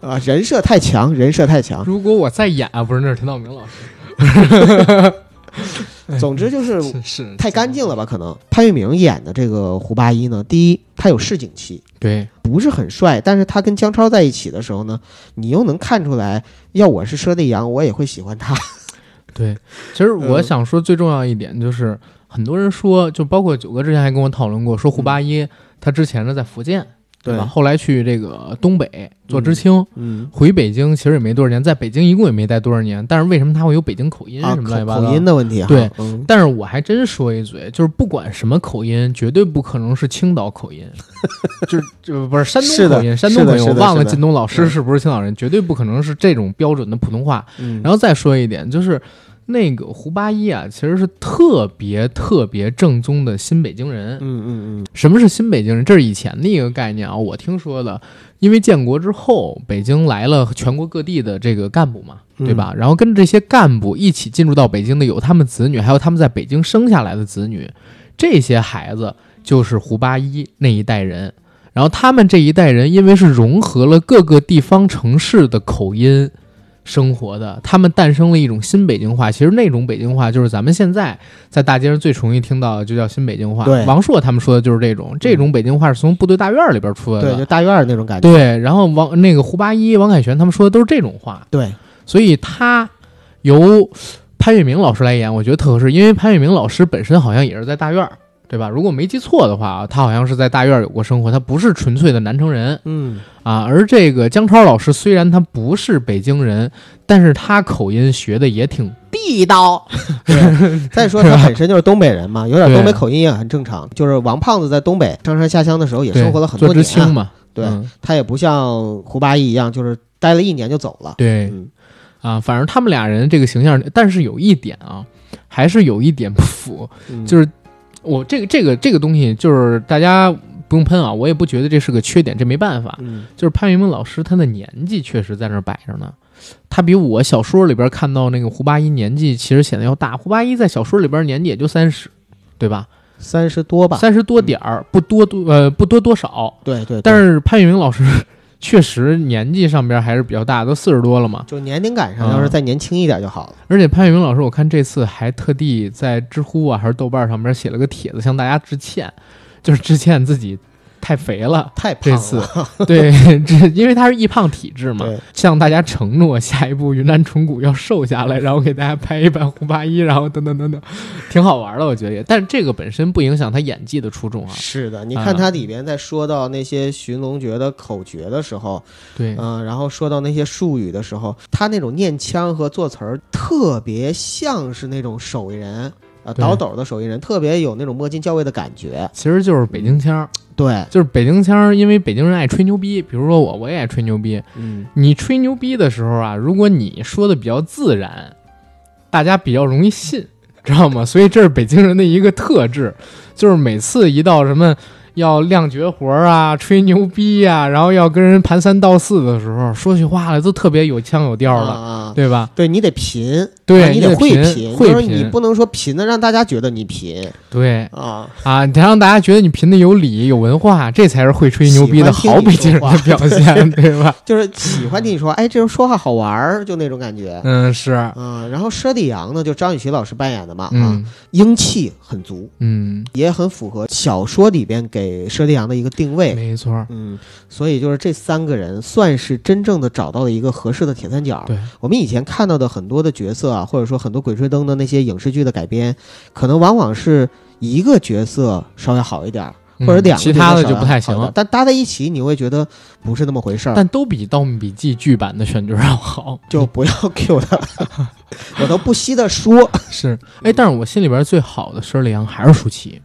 [SPEAKER 2] 啊，人设太强，人设太强。
[SPEAKER 1] 如果我再演啊，不是那是陈道明老师，
[SPEAKER 2] 总之就是
[SPEAKER 1] 哎是是
[SPEAKER 2] 太干净了吧？可能潘粤明演的这个胡八一呢，第一他有市井气，
[SPEAKER 1] 对，
[SPEAKER 2] 不是很帅，但是他跟姜超在一起的时候呢，你又能看出来，要我是佘丽阳，我也会喜
[SPEAKER 1] [laughs]
[SPEAKER 2] 欢他。
[SPEAKER 1] 对，其实我
[SPEAKER 2] 嗯
[SPEAKER 1] 想说最重要一点就是，很多人说，就包括九哥之前还跟我讨论过，说胡
[SPEAKER 2] 嗯
[SPEAKER 1] 八一他之前呢在福建，吧？，后来去这个东北做知青，
[SPEAKER 2] 嗯
[SPEAKER 1] 回北京其实也没多少年，在北京一共也没待多少年，但是为什么他会有北京口音
[SPEAKER 2] 啊，
[SPEAKER 1] 什么乱七
[SPEAKER 2] 口
[SPEAKER 1] 八
[SPEAKER 2] 口
[SPEAKER 1] 糟？
[SPEAKER 2] 音的问题哈，
[SPEAKER 1] 对
[SPEAKER 2] 嗯，
[SPEAKER 1] 但是我还真说一嘴，就是不管什么口音，绝对不可能是青岛口
[SPEAKER 2] [laughs]
[SPEAKER 1] 音，就是就不是山东
[SPEAKER 2] 是的
[SPEAKER 1] 口音，
[SPEAKER 2] 是
[SPEAKER 1] 山
[SPEAKER 2] 的
[SPEAKER 1] 东口音，
[SPEAKER 2] 是
[SPEAKER 1] 我
[SPEAKER 2] 的
[SPEAKER 1] 忘了
[SPEAKER 2] 是的
[SPEAKER 1] 靳东老师
[SPEAKER 2] 嗯
[SPEAKER 1] 是不是青岛人，绝对不可能是这种标准的普通话。
[SPEAKER 2] 嗯
[SPEAKER 1] 然后再说一点，就是那个胡八一啊，其实是特别特别正宗的新北京人。
[SPEAKER 2] 嗯嗯嗯，
[SPEAKER 1] 什么是新北京人？这是以前的一个概念啊，我听说的。因为建国之后，北京来了全国各地的这个干部嘛，
[SPEAKER 2] 嗯
[SPEAKER 1] 对吧？然后跟这些干部一起进入到北京的有他们子女，还有他们在北京生下来的子女，这些孩子就是胡八一那一代人。然后他们这一代人，因为是融合了各个地方城市的口音生活的，他们诞生了一种新北京话。其实那种北京话就是咱们现在在大街上最容易听到的，就叫新北京话。
[SPEAKER 2] 对嗯
[SPEAKER 1] 王朔他们说的就是这种，这种北京话是从部队大院里边出来
[SPEAKER 2] 对，就
[SPEAKER 1] 的。
[SPEAKER 2] 大院儿那种感觉，
[SPEAKER 1] 对，然后王那个胡八一、王凯旋他们说的都是这种话。
[SPEAKER 2] 对，
[SPEAKER 1] 所以他由潘粤明老师来演，我觉得特合适，因为潘粤明老师本身好像也是在大院儿，对吧？如果没记错的话啊，他好像是在大院儿有过生活，他不是纯粹的南城人
[SPEAKER 2] 嗯，
[SPEAKER 1] 啊。而这个姜超老师虽然他不是北京人，但是他口音学的也挺地道，
[SPEAKER 2] 再说他本身就是东北人嘛，有点
[SPEAKER 1] 对
[SPEAKER 2] 东北口音也很正常。就是王胖子在东北上山下乡的时候也
[SPEAKER 1] 对
[SPEAKER 2] 生活了很多
[SPEAKER 1] 做知
[SPEAKER 2] 年
[SPEAKER 1] 青
[SPEAKER 2] 啊，
[SPEAKER 1] 嘛，
[SPEAKER 2] 对
[SPEAKER 1] 嗯
[SPEAKER 2] 他也不像胡八一一样，就是待了一年就走了。
[SPEAKER 1] 对
[SPEAKER 2] 嗯，
[SPEAKER 1] 啊，反正他们俩人这个形象，但是有一点啊，还是有一点不符，
[SPEAKER 2] 嗯
[SPEAKER 1] 就是我这个这个这个东西，就是大家不用喷啊，我也不觉得这是个缺点，这没办法。
[SPEAKER 2] 嗯
[SPEAKER 1] 就是潘粤明老师他的年纪确实在那儿摆着呢，他比我小说里边看到那个胡八一年纪其实显得要大，胡八一在小说里边年纪也就三十，对吧？
[SPEAKER 2] 三十多吧，
[SPEAKER 1] 三十多点儿，不多多呃不多多少，
[SPEAKER 2] 对对，对
[SPEAKER 1] 但是潘粤明老师 [laughs] 确实年纪上边还是比较大，都四十多了嘛。
[SPEAKER 2] 就年龄感
[SPEAKER 1] 嗯
[SPEAKER 2] 上，要是再年轻一点就好了。
[SPEAKER 1] 而且潘粤明老师，我看这次还特地在知乎啊还是豆瓣上面写了个帖子，向大家致歉，就是致歉自己太肥
[SPEAKER 2] [laughs]
[SPEAKER 1] 了。
[SPEAKER 2] 太胖
[SPEAKER 1] 这
[SPEAKER 2] 了，
[SPEAKER 1] 次 [laughs] 对，这因为他是易胖体质嘛
[SPEAKER 2] 对，
[SPEAKER 1] 向大家承诺下一步云南虫谷要瘦下来，然后给大家拍一版胡八一，然后等等等等，挺好玩的，我觉得也。但这个本身不影响他演技的出众啊。
[SPEAKER 2] 是的，你
[SPEAKER 1] 啊
[SPEAKER 2] 看他里边在说到那些寻龙诀的口诀的时候，
[SPEAKER 1] 对，
[SPEAKER 2] 嗯、然后说到那些术语的时候，他那种念腔和作词儿特别像是那种手艺人。呃，
[SPEAKER 1] 对
[SPEAKER 2] 倒斗的手艺人特别有那种摸金校尉的感觉，
[SPEAKER 1] 其实就是北京腔儿，
[SPEAKER 2] 对，
[SPEAKER 1] 就是北京腔儿，因为北京人爱吹牛逼，比如说我，我也爱吹牛逼，
[SPEAKER 2] 嗯，
[SPEAKER 1] 你吹牛逼的时候啊，如果你说的比较自然，大家比较容易信，知道吗？所以这是北京人的一个特质，就是每次一到什么要亮绝活儿啊、吹牛逼啊，然后要跟人盘三道四的时候，说起话来都特别有腔有调
[SPEAKER 2] 啊
[SPEAKER 1] 的，
[SPEAKER 2] 啊，
[SPEAKER 1] 对吧？
[SPEAKER 2] 对你得贫，
[SPEAKER 1] 对
[SPEAKER 2] 啊你得会
[SPEAKER 1] 贫，
[SPEAKER 2] 就
[SPEAKER 1] 会
[SPEAKER 2] 是你
[SPEAKER 1] 贫，
[SPEAKER 2] 不能说贫的让大家觉得你贫
[SPEAKER 1] 对
[SPEAKER 2] 啊，
[SPEAKER 1] 啊，得让大家觉得你贫的有理有文化，这才是会吹牛逼的
[SPEAKER 2] 喜欢
[SPEAKER 1] 好
[SPEAKER 2] 听你
[SPEAKER 1] 北京人
[SPEAKER 2] 说
[SPEAKER 1] 的
[SPEAKER 2] 话
[SPEAKER 1] 表现，对吧？
[SPEAKER 2] 就是喜欢听你说，哎，这人说话好玩儿，就那种感觉，
[SPEAKER 1] 嗯，是，
[SPEAKER 2] 嗯，然后佘丽阳呢，就张雨绮老师扮演的嘛，啊，
[SPEAKER 1] 嗯
[SPEAKER 2] 英气很足，
[SPEAKER 1] 嗯，
[SPEAKER 2] 也很符合小说里边给佘丽阳的一个定位。
[SPEAKER 1] 没错儿，
[SPEAKER 2] 嗯，所以就是这三个人算是真正的找到了一个合适的铁三角。
[SPEAKER 1] 对，
[SPEAKER 2] 我们以前看到的很多的角色啊，或者说很多《鬼吹灯》的那些影视剧的改编，可能往往是一个角色稍微好一点，或者
[SPEAKER 1] 嗯
[SPEAKER 2] 两个
[SPEAKER 1] 其
[SPEAKER 2] 角色
[SPEAKER 1] 他的
[SPEAKER 2] 稍
[SPEAKER 1] 就
[SPEAKER 2] 微
[SPEAKER 1] 不太
[SPEAKER 2] 好一
[SPEAKER 1] 行
[SPEAKER 2] 点，但搭在一起你会觉得不是那么回事儿。
[SPEAKER 1] 但都比《盗墓笔记》剧版的选角要好。 [laughs]
[SPEAKER 2] 就不要 [laughs] Q 他，我都不惜的说，
[SPEAKER 1] 是，哎，但是我心里边最好的佘丽阳还是舒淇，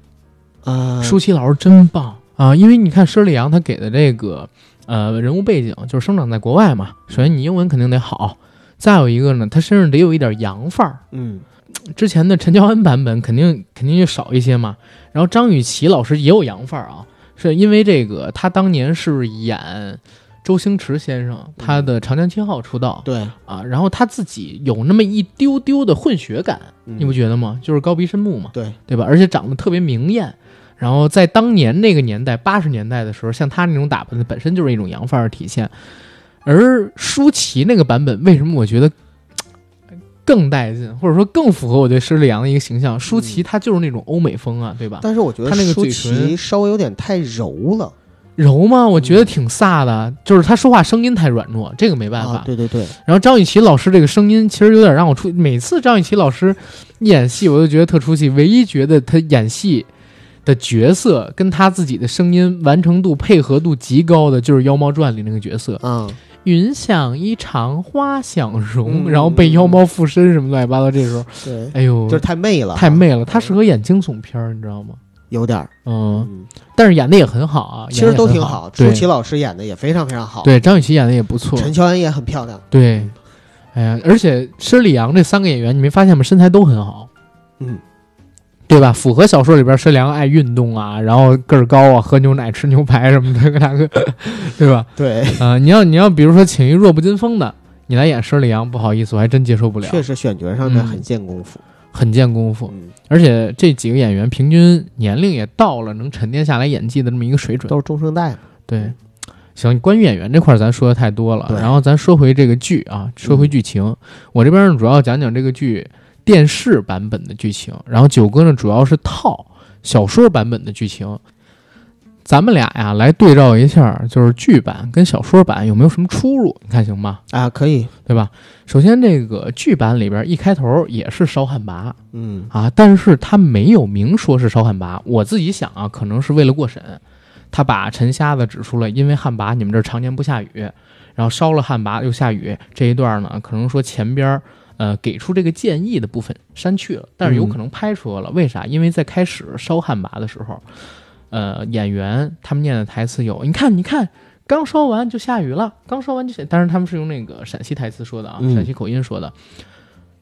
[SPEAKER 2] 啊、
[SPEAKER 1] 舒淇老师真棒啊！因为你看佘丽阳她给的这个呃人物背景，就是生长在国外嘛，首先你英文肯定得好，再有一个呢，他身上得有一点洋范儿。
[SPEAKER 2] 嗯，
[SPEAKER 1] 之前的陈乔恩版本肯定肯定就少一些嘛。然后张雨绮老师也有洋范儿啊，是因为这个她当年是演周星驰先生他
[SPEAKER 2] 嗯
[SPEAKER 1] 的《长江七号》出道、
[SPEAKER 2] 对，
[SPEAKER 1] 啊，然后她自己有那么一丢丢的混血感，你不
[SPEAKER 2] 觉
[SPEAKER 1] 觉得吗？就是高鼻深目嘛，
[SPEAKER 2] 嗯对
[SPEAKER 1] 对吧？而且长得特别明艳。然后在当年那个年代，八十年代的时候，像她那种打扮的本身就是一种洋范儿的体现。而舒淇那个版本，为什么我觉得嘖更带劲，或者说更符合我对施丽阳的一个形象？舒淇她就是那种欧美风啊，对吧？
[SPEAKER 2] 嗯但是我觉得
[SPEAKER 1] 他那个
[SPEAKER 2] 舒
[SPEAKER 1] 嘴
[SPEAKER 2] 淇
[SPEAKER 1] 唇
[SPEAKER 2] 稍微有点太柔了，
[SPEAKER 1] 柔吗？我
[SPEAKER 2] 嗯
[SPEAKER 1] 觉得挺飒的，就是她说话声音太软糯，这个没办法。
[SPEAKER 2] 啊，对对对，
[SPEAKER 1] 然后张雨绮老师这个声音，其实有点让我出。每次张雨绮老师演戏，我都觉得特出戏。唯一觉得她演戏的角色跟她自己的声音完成度、配合度极高的，就是《妖猫传》里那个角色，
[SPEAKER 2] 啊，
[SPEAKER 1] 云想衣裳花想容，
[SPEAKER 2] 嗯
[SPEAKER 1] 然后被妖猫附身什么乱七八糟。这时候，
[SPEAKER 2] 对，
[SPEAKER 1] 哎呦，
[SPEAKER 2] 就是嗯太媚了，
[SPEAKER 1] 太媚了。她适合演惊悚片儿，你知道吗？
[SPEAKER 2] 有点儿，
[SPEAKER 1] 嗯，
[SPEAKER 2] 嗯，
[SPEAKER 1] 但是演的也很好啊，
[SPEAKER 2] 其实
[SPEAKER 1] 演得
[SPEAKER 2] 都挺
[SPEAKER 1] 也很
[SPEAKER 2] 好，舒
[SPEAKER 1] 对
[SPEAKER 2] 淇老师演的也非常非常好，，
[SPEAKER 1] 对，张雨绮演的也不错。
[SPEAKER 2] 陈乔恩也很漂亮，
[SPEAKER 1] 对，哎呀，而且施里昂这三个演员，你没发现吗？身材都很好，
[SPEAKER 2] 嗯，
[SPEAKER 1] 对吧？符合小说里边施里昂爱运动啊，然后个儿高啊，喝牛奶、吃牛排什么的，大哥，对吧？
[SPEAKER 2] 对，
[SPEAKER 1] 啊、你要你要比如说请一弱不禁风的，你来演施里昂，不好意思，我还真接受不了，
[SPEAKER 2] [laughs] 确实选角上面
[SPEAKER 1] 嗯
[SPEAKER 2] 很见功夫，
[SPEAKER 1] 很见功夫。
[SPEAKER 2] 嗯，
[SPEAKER 1] 而且这几个演员平均年龄也到了能沉淀下来演技的这么一个水准。
[SPEAKER 2] 都是中生代嘛，
[SPEAKER 1] 对，行，关于演员这块儿咱说的太多了，
[SPEAKER 2] 对
[SPEAKER 1] 然后咱说回这个剧啊，说回剧情，我这边呢主要讲讲这个剧电视版本的剧情，然后九哥呢主要是套小说版本的剧情。咱们俩呀，来对照一下，就是剧版跟小说版有没有什么出入？你看行吧，
[SPEAKER 2] 啊，可以，
[SPEAKER 1] 对吧？首先，这个剧版里边一开头也是烧旱魃
[SPEAKER 2] 嗯，
[SPEAKER 1] 啊，但是他没有明说是烧旱魃。我自己想啊，可能是为了过审，他把陈瞎子指出了，因为旱魃你们这儿常年不下雨，然后烧了旱魃又下雨这一段呢，可能说前边儿呃给出这个建议的部分删去了，但是有可能拍出来了。为啥？因为在开始烧旱魃的时候，呃，演员他们念的台词有，你看，你看。刚烧完就下雨了，刚烧完就下，当然他们是用那个陕西台词说的啊，
[SPEAKER 2] 嗯
[SPEAKER 1] 陕西口音说的，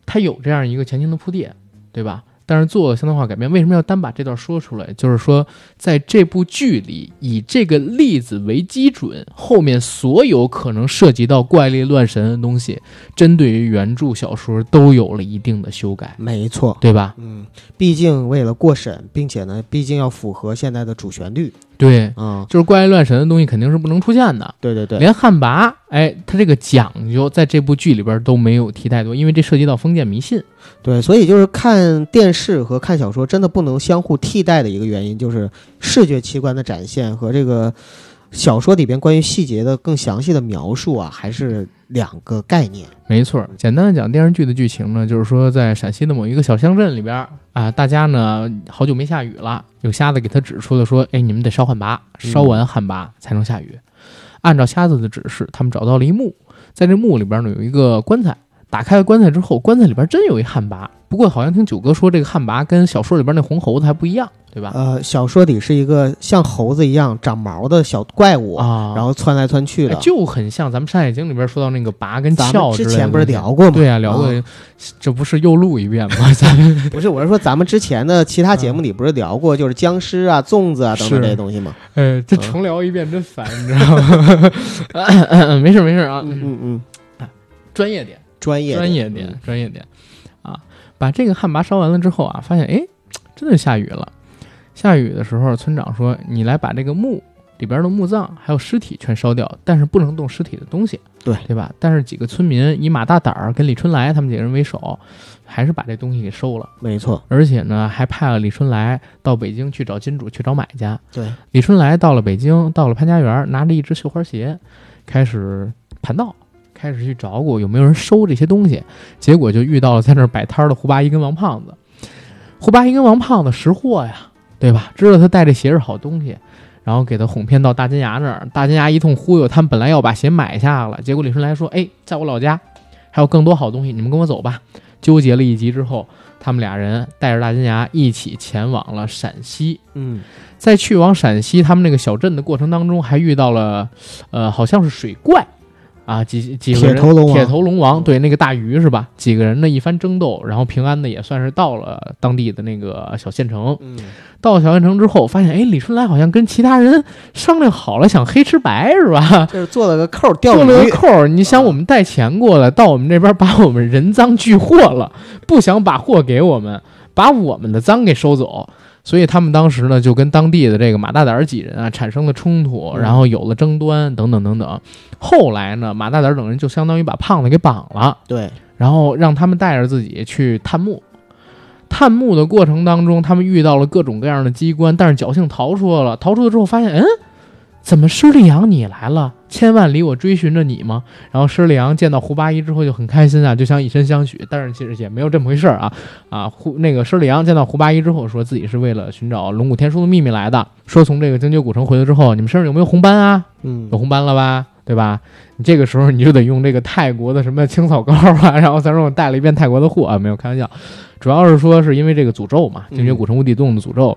[SPEAKER 1] 他有这样一个前情的铺垫，对吧？但是做相当化改编，为什么要单把这段说出来？就是说，在这部剧里，以这个例子为基准，后面所有可能涉及到怪力乱神的东西，针对于原著小说都有了一定的修改，
[SPEAKER 2] 没错。
[SPEAKER 1] 对吧？
[SPEAKER 2] 嗯，毕竟为了过审，并且呢，毕竟要符合现在的主旋律
[SPEAKER 1] 对，
[SPEAKER 2] 啊、
[SPEAKER 1] 就是怪力乱神的东西肯定是不能出现的。
[SPEAKER 2] 对对对，
[SPEAKER 1] 连旱魃，哎，他这个讲究在这部剧里边都没有提太多，因为这涉及到封建迷信。
[SPEAKER 2] 对，所以就是看电视和看小说真的不能相互替代的一个原因，就是视觉器官的展现和这个小说里边关于细节的更详细的描述啊，还是两个概念。
[SPEAKER 1] 没错儿，简单的讲电视剧的剧情呢，就是说在陕西的某一个小乡镇里边儿啊，大家呢好久没下雨了，有瞎子给他指出了说，哎，你们得烧旱魃，烧完旱魃才能下雨。按照瞎子的指示，他们找到了一墓，在这墓里边呢有一个棺材，打开了棺材之后，棺材里边真有一旱魃，不过好像听九哥说，这个旱魃跟小说里边那红猴子还不一样，对吧？
[SPEAKER 2] 呃，小说里是一个像猴子一样长毛的小怪物，
[SPEAKER 1] 啊，
[SPEAKER 2] 呃然后窜来窜去
[SPEAKER 1] 哎
[SPEAKER 2] 的。
[SPEAKER 1] 就很像咱们《山海经》里边说到那个魃跟
[SPEAKER 2] 咱
[SPEAKER 1] 鞘
[SPEAKER 2] 们之
[SPEAKER 1] 类的
[SPEAKER 2] 前不是
[SPEAKER 1] 东西
[SPEAKER 2] 聊过吗？
[SPEAKER 1] 对啊，聊过，这不是又录一遍
[SPEAKER 2] [laughs]
[SPEAKER 1] 吗？咱们
[SPEAKER 2] [laughs] 不是，我是说咱们之前的其他节目里不是聊过，就是僵尸啊、粽子啊等等
[SPEAKER 1] 是
[SPEAKER 2] 这些东西吗？
[SPEAKER 1] 呃，这
[SPEAKER 2] 嗯
[SPEAKER 1] 重聊一遍真烦，你知道
[SPEAKER 2] [laughs]
[SPEAKER 1] 吗？ [laughs] 咳咳没事儿没事儿啊，
[SPEAKER 2] 嗯嗯嗯，
[SPEAKER 1] 专业点，
[SPEAKER 2] 专业
[SPEAKER 1] 专业
[SPEAKER 2] 嗯
[SPEAKER 1] 点，专业点啊！把这个旱魃烧完了之后啊，发现哎，真的下雨了。下雨的时候，村长说：“你来把这个墓里边的墓葬还有尸体全烧掉，但是不能动尸体的东西，
[SPEAKER 2] 对
[SPEAKER 1] 对吧？”但是几个村民以马大胆儿跟李春来他们几个人为首，还是把这东西给收了，
[SPEAKER 2] 没错，
[SPEAKER 1] 而且呢，还派了李春来到北京去找金主去找买家。
[SPEAKER 2] 对，
[SPEAKER 1] 李春来到了北京，到了潘家园，拿着一只绣花鞋，开始盘道，开始去找过有没有人收这些东西。结果就遇到了在那儿摆摊儿的胡八一跟王胖子。胡八一跟王胖子识货呀，对吧？知道他带这鞋是好东西，然后给他哄骗到大金牙那儿。大金牙一通忽悠，他们本来要把鞋买下了，结果李春来说：“哎，在我老家还有更多好东西，你们跟我走吧。”纠结了一集之后，他们俩人带着大金牙一起前往了陕西。
[SPEAKER 2] 嗯，
[SPEAKER 1] 在去往陕西他们那个小镇的过程当中，还遇到了，呃，好像是水怪，啊，几几个人
[SPEAKER 2] 铁头龙王
[SPEAKER 1] 铁头龙王对那个大鱼是吧？几个人的一番争斗，然后平安的也算是到了当地的那个小县城。
[SPEAKER 2] 嗯，
[SPEAKER 1] 到了小县城之后，发现哎，李春兰好像跟其他人商量好了，想黑吃白是吧？
[SPEAKER 2] 嗯就是做了个扣儿钓
[SPEAKER 1] 做了个
[SPEAKER 2] 鱼，
[SPEAKER 1] 扣儿，你想我们带钱过来，到我们这边把我们人赃俱获了，不想把货给我们，把我们的赃给收走。所以他们当时呢，就跟当地的这个马大胆儿几人啊产生了冲突，
[SPEAKER 2] 嗯
[SPEAKER 1] 然后有了争端等等等等。后来呢，马大胆儿等人就相当于把胖子给绑了，
[SPEAKER 2] 对，
[SPEAKER 1] 然后让他们带着自己去探墓。探墓的过程当中，他们遇到了各种各样的机关，但是侥幸逃出来了。逃出来之后发现，嗯，怎么施利阳你来了？千万里我追寻着你吗？然后施利阳见到胡八一之后就很开心啊，就想以身相许，但是其实也没有这么回事儿啊啊！胡那个施利阳见到胡八一之后，说自己是为了寻找龙骨天书的秘密来的，说从这个精绝古城回来之后，你们身上有没有红斑啊？
[SPEAKER 2] 嗯
[SPEAKER 1] 有，红斑了吧，对吧？你这个时候你就得用这个泰国的什么青草膏啊， [laughs] 然后咱说我带了一遍泰国的货啊，没有开玩笑，主要是说是因为这个诅咒嘛，
[SPEAKER 2] 嗯
[SPEAKER 1] 精绝古城无底洞的诅咒。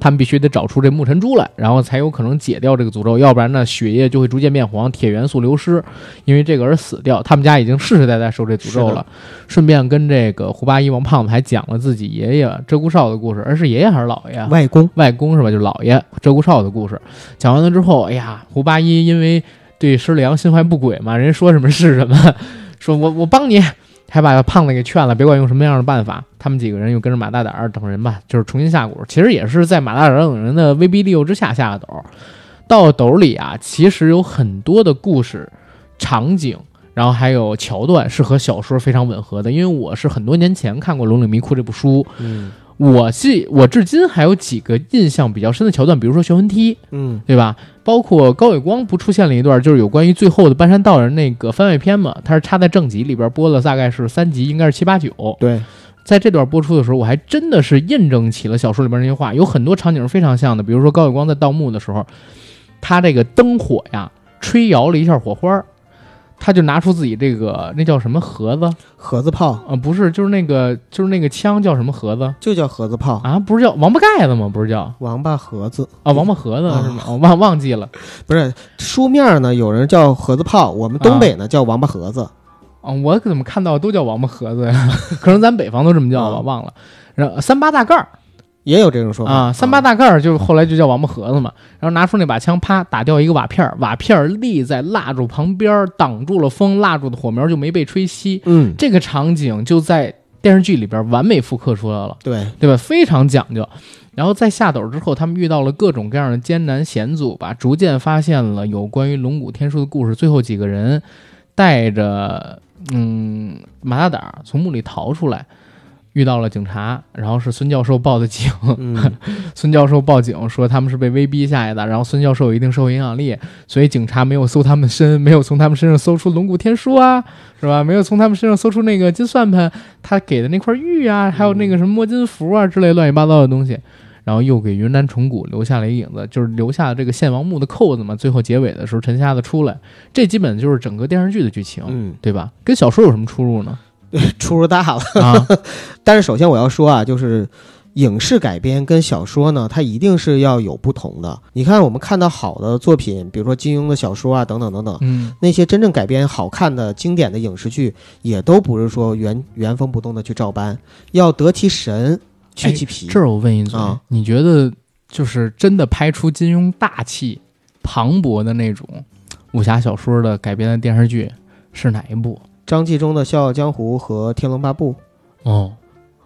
[SPEAKER 1] 他们必须得找出这木尘珠来，然后才有可能解掉这个诅咒，要不然呢，血液就会逐渐变黄，铁元素流失，因为这个而死掉。他们家已经世世代代受这诅咒
[SPEAKER 2] 是
[SPEAKER 1] 了
[SPEAKER 2] 的。
[SPEAKER 1] 顺便跟这个胡八一、王胖子还讲了自己爷爷鹧鸪哨的故事，而是爷爷还是姥爷啊？
[SPEAKER 2] 外公，
[SPEAKER 1] 外公是吧？就是姥爷鹧鸪哨的故事。讲完了之后，哎呀，胡八一因为对施良心怀不轨嘛，人家说什么是什么， [laughs] 说我我帮你，还把胖子给劝了，别管用什么样的办法。他们几个人又跟着马大胆儿等人吧，就是重新下蛊。其实也是在马大胆儿等人的威逼利诱之下下的斗。到斗里啊，其实有很多的故事、场景。然后还有桥段是和小说非常吻合的，因为我是很多年前看过《龙岭迷窟》这部书，
[SPEAKER 2] 嗯
[SPEAKER 1] 我记，我至今还有几个印象比较深的桥段，比如说悬魂梯，
[SPEAKER 2] 嗯
[SPEAKER 1] 对吧？包括高伟光不出现了一段，就是有关于最后的搬山道人那个番外篇嘛，它是插在正集里边播了，大概是三集，应该是七八九。
[SPEAKER 2] 对，
[SPEAKER 1] 在这段播出的时候，我还真的是印证起了小说里边那些话，有很多场景是非常像的，比如说高伟光在盗墓的时候，他这个灯火呀吹摇了一下火花儿，他就拿出自己这个那叫什么盒子？
[SPEAKER 2] 盒子炮
[SPEAKER 1] 呃，不是，就是那个就是那个枪叫什么盒子？
[SPEAKER 2] 就叫盒子炮，
[SPEAKER 1] 啊，不是叫王八盖子吗？不是叫
[SPEAKER 2] 王八盒子
[SPEAKER 1] 啊，王八盒子
[SPEAKER 2] 啊
[SPEAKER 1] 是吗？我忘忘记了。
[SPEAKER 2] 不是书面呢，有人叫盒子炮，我们东北呢叫王八盒子，
[SPEAKER 1] 啊，我怎么看到都叫王八盒子呀？ [laughs] 可能咱北方都这么叫吧，
[SPEAKER 2] 啊
[SPEAKER 1] 忘了。然后三八大盖儿
[SPEAKER 2] 也有这种说法
[SPEAKER 1] 啊，三八大盖儿就后来就叫王八盒子嘛。然后拿出那把枪，啪打掉一个瓦片儿，瓦片儿立在蜡烛旁边儿，挡住了风，蜡烛的火苗就没被吹熄。
[SPEAKER 2] 嗯，
[SPEAKER 1] 这个场景就在电视剧里边完美复刻出来了。
[SPEAKER 2] 对，
[SPEAKER 1] 对吧？非常讲究。然后在下斗之后，他们遇到了各种各样的艰难险阻吧，逐渐发现了有关于龙骨天书的故事。最后几个人带着嗯马大胆儿从墓里逃出来，遇到了警察，然后是孙教授报的警。
[SPEAKER 2] 嗯，
[SPEAKER 1] 孙教授报警说他们是被威逼下来的，然后孙教授有一定社会影响力，所以警察没有搜他们身，没有从他们身上搜出龙骨天书啊， [laughs] 是吧？没有从他们身上搜出那个金算盘，他给的那块玉啊，还有那个什么摸金符啊之类乱七八糟的东西。然后又给云南虫谷留下了一影子，就是留下了这个献王墓的扣子嘛。最后结尾的时候，陈瞎子出来，这基本就是整个电视剧的剧情，
[SPEAKER 2] 嗯，
[SPEAKER 1] 对吧？跟小说有什么哦出入呢？
[SPEAKER 2] 出入大了。
[SPEAKER 1] 啊，
[SPEAKER 2] [laughs] 但是首先我要说啊，就是影视改编跟小说呢，它一定是要有不同的。你看我们看到好的作品，比如说金庸的小说啊，等等等等。
[SPEAKER 1] 嗯，
[SPEAKER 2] 那些真正改编好看的经典的影视剧，也都不是说原原封不动的去照搬，要得其神，去其皮。
[SPEAKER 1] 哎这儿我问一嘴，
[SPEAKER 2] 啊
[SPEAKER 1] 你觉得就是真的拍出金庸大气磅礴的那种武侠小说的改编的电视剧是哪一部？
[SPEAKER 2] 张纪中的《笑傲江湖》和《天龙八部
[SPEAKER 1] 哦，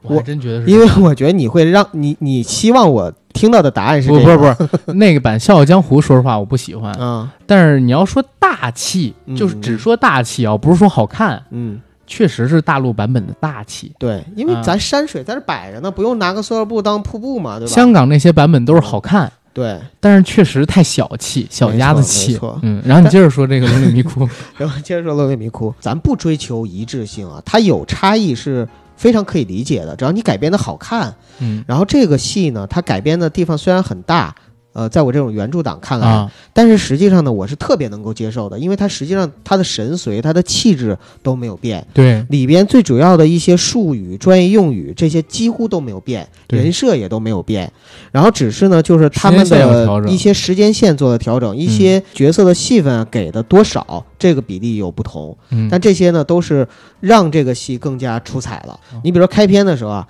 [SPEAKER 1] 我
[SPEAKER 2] 我
[SPEAKER 1] 还真觉得》，是，
[SPEAKER 2] 因为我觉得你会让你你期望我听到的答案是这
[SPEAKER 1] 不
[SPEAKER 2] 个，
[SPEAKER 1] 不是不是那个版《笑傲江湖》，说实话我不喜欢，
[SPEAKER 2] 啊，
[SPEAKER 1] 但是你要说大气，就是
[SPEAKER 2] 嗯
[SPEAKER 1] 只说大气啊，不是说好看，
[SPEAKER 2] 嗯，
[SPEAKER 1] 确实是大陆版本的大气。
[SPEAKER 2] 对，因为
[SPEAKER 1] 啊
[SPEAKER 2] 咱山水在这摆着呢，不用拿个塑料布当瀑布嘛，对吧？
[SPEAKER 1] 香港那些版本都是好看，
[SPEAKER 2] 对，
[SPEAKER 1] 但是确实太小气，小家子
[SPEAKER 2] 没
[SPEAKER 1] 气
[SPEAKER 2] 错没错。
[SPEAKER 1] 嗯，然后你接着说这个《龙岭迷
[SPEAKER 2] [laughs]
[SPEAKER 1] 窟》
[SPEAKER 2] 然后接着说《落叶迷窟》，咱不追求一致性啊，它有差异是非常可以理解的，只要你改编的好看。
[SPEAKER 1] 嗯，
[SPEAKER 2] 然后这个戏呢，它改编的地方虽然很大，呃，在我这种原著党看来，
[SPEAKER 1] 啊，
[SPEAKER 2] 但是实际上呢，我是特别能够接受的，因为它实际上它的神髓、它的气质都没有变，
[SPEAKER 1] 对
[SPEAKER 2] 里边最主要的一些术语、专业用语这些几乎都没有变，
[SPEAKER 1] 对
[SPEAKER 2] 人设也都没有变，然后只是呢，就是他们
[SPEAKER 1] 时间线有
[SPEAKER 2] 的
[SPEAKER 1] 调整
[SPEAKER 2] 一些时间线做的调整，一些角色的戏份啊给的多少这个比例有不同，
[SPEAKER 1] 嗯，
[SPEAKER 2] 但这些呢都是让这个戏更加出彩了
[SPEAKER 1] 哦。
[SPEAKER 2] 你比如说开篇的时候啊，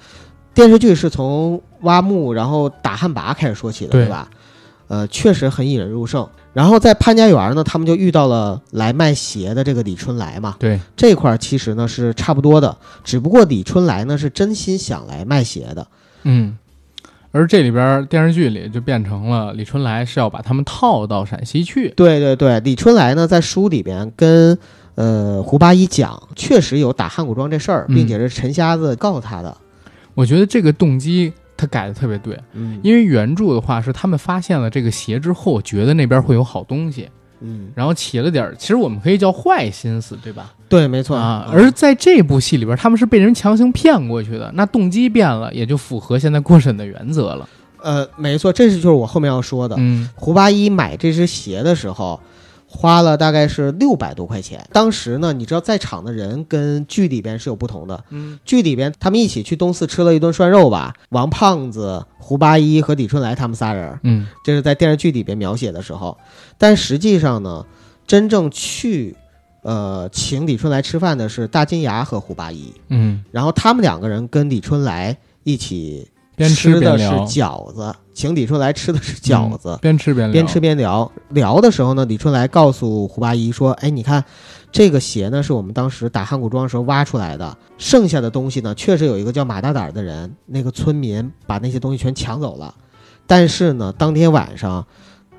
[SPEAKER 2] 电视剧是从挖墓然后打旱魃开始说起的，
[SPEAKER 1] 对
[SPEAKER 2] 对吧？呃，确实很引人入胜。然后在潘家园呢，他们就遇到了来卖鞋的这个李春来嘛，
[SPEAKER 1] 对
[SPEAKER 2] 这块儿其实呢是差不多的，只不过李春来呢是真心想来卖鞋的，
[SPEAKER 1] 嗯。而这里边儿电视剧里就变成了李春来是要把他们套到陕西去，
[SPEAKER 2] 对对对，李春来呢，在书里边跟呃胡八一讲，确实有打汉古庄这事儿，
[SPEAKER 1] 嗯
[SPEAKER 2] 并且是陈瞎子告诉他的。
[SPEAKER 1] 我觉得这个动机他改的特别对，
[SPEAKER 2] 嗯
[SPEAKER 1] 因为原著的话是他们发现了这个鞋之后，觉得那边会有好东西，
[SPEAKER 2] 嗯，
[SPEAKER 1] 然后起了点儿，其实我们可以叫坏心思，对吧？
[SPEAKER 2] 对，嗯没错
[SPEAKER 1] 啊，而在这部戏里边，他们是被人强行骗过去的，那动机变了，也就符合现在过审的原则了。
[SPEAKER 2] 呃，没错，这是就是我后面要说的。
[SPEAKER 1] 嗯
[SPEAKER 2] 胡八一买这只鞋的时候，花了大概是六百多块钱。当时呢，你知道在场的人跟剧里边是有不同的。
[SPEAKER 1] 嗯
[SPEAKER 2] 剧里边他们一起去东四吃了一顿涮肉吧，王胖子、胡八一和李春来他们仨人，
[SPEAKER 1] 嗯，
[SPEAKER 2] 这是在电视剧里边描写的时候。但实际上呢，真正去呃请李春来吃饭的是大金牙和胡八一，
[SPEAKER 1] 嗯，
[SPEAKER 2] 然后他们两个人跟李春来一起
[SPEAKER 1] 边
[SPEAKER 2] 吃
[SPEAKER 1] 边
[SPEAKER 2] 的是
[SPEAKER 1] 聊，
[SPEAKER 2] 饺子，请李春来吃的是饺子。
[SPEAKER 1] 边吃边聊，
[SPEAKER 2] 边吃边聊。聊的时候呢，李春来告诉胡八一说：“哎，你看，这个鞋呢是我们当时打汉古庄时候挖出来的，剩下的东西呢，确实有一个叫马大胆儿的人，那个村民把那些东西全抢走了。但是呢，当天晚上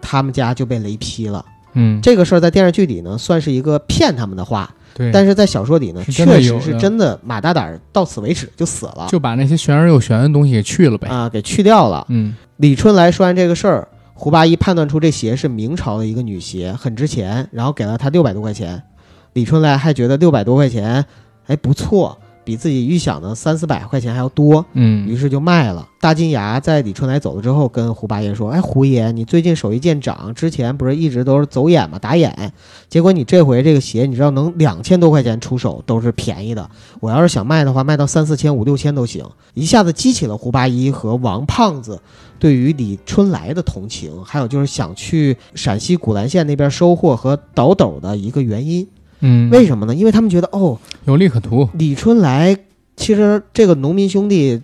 [SPEAKER 2] 他们家就被雷劈了。
[SPEAKER 1] 嗯，
[SPEAKER 2] 这个事儿在电视剧里呢，算是一个骗他们的话，
[SPEAKER 1] 对，
[SPEAKER 2] 但是在小说里呢，
[SPEAKER 1] 是真的
[SPEAKER 2] 确
[SPEAKER 1] 有
[SPEAKER 2] 实
[SPEAKER 1] 的
[SPEAKER 2] 是真的马大胆儿到此为止就死了，
[SPEAKER 1] 就把那些玄而又玄的东西给去了呗。
[SPEAKER 2] 啊、给去掉了。
[SPEAKER 1] 嗯
[SPEAKER 2] 李春来说完这个事儿，胡八一判断出这鞋是明朝的一个女鞋，很值钱，然后给了他六百多块钱。李春来还觉得六百多块钱，哎，不错，比自己预想的三四百块钱还要多，于
[SPEAKER 1] 嗯
[SPEAKER 2] 是就卖了。大金牙在李春来走了之后，跟胡八爷说：“哎，胡爷，你最近手艺见长，之前不是一直都是走眼嘛，打眼，结果你这回这个鞋，你知道能两千多块钱出手都是便宜的。我要是想卖的话，卖到三四千、五六千都行。”一下子激起了胡八一和王胖子对于李春来的同情，还有就是想去陕西古兰县那边收获和倒斗的一个原因。
[SPEAKER 1] 嗯，
[SPEAKER 2] 为什么呢？因为他们觉得哦，
[SPEAKER 1] 有利可图。
[SPEAKER 2] 李春来其实这个农民兄弟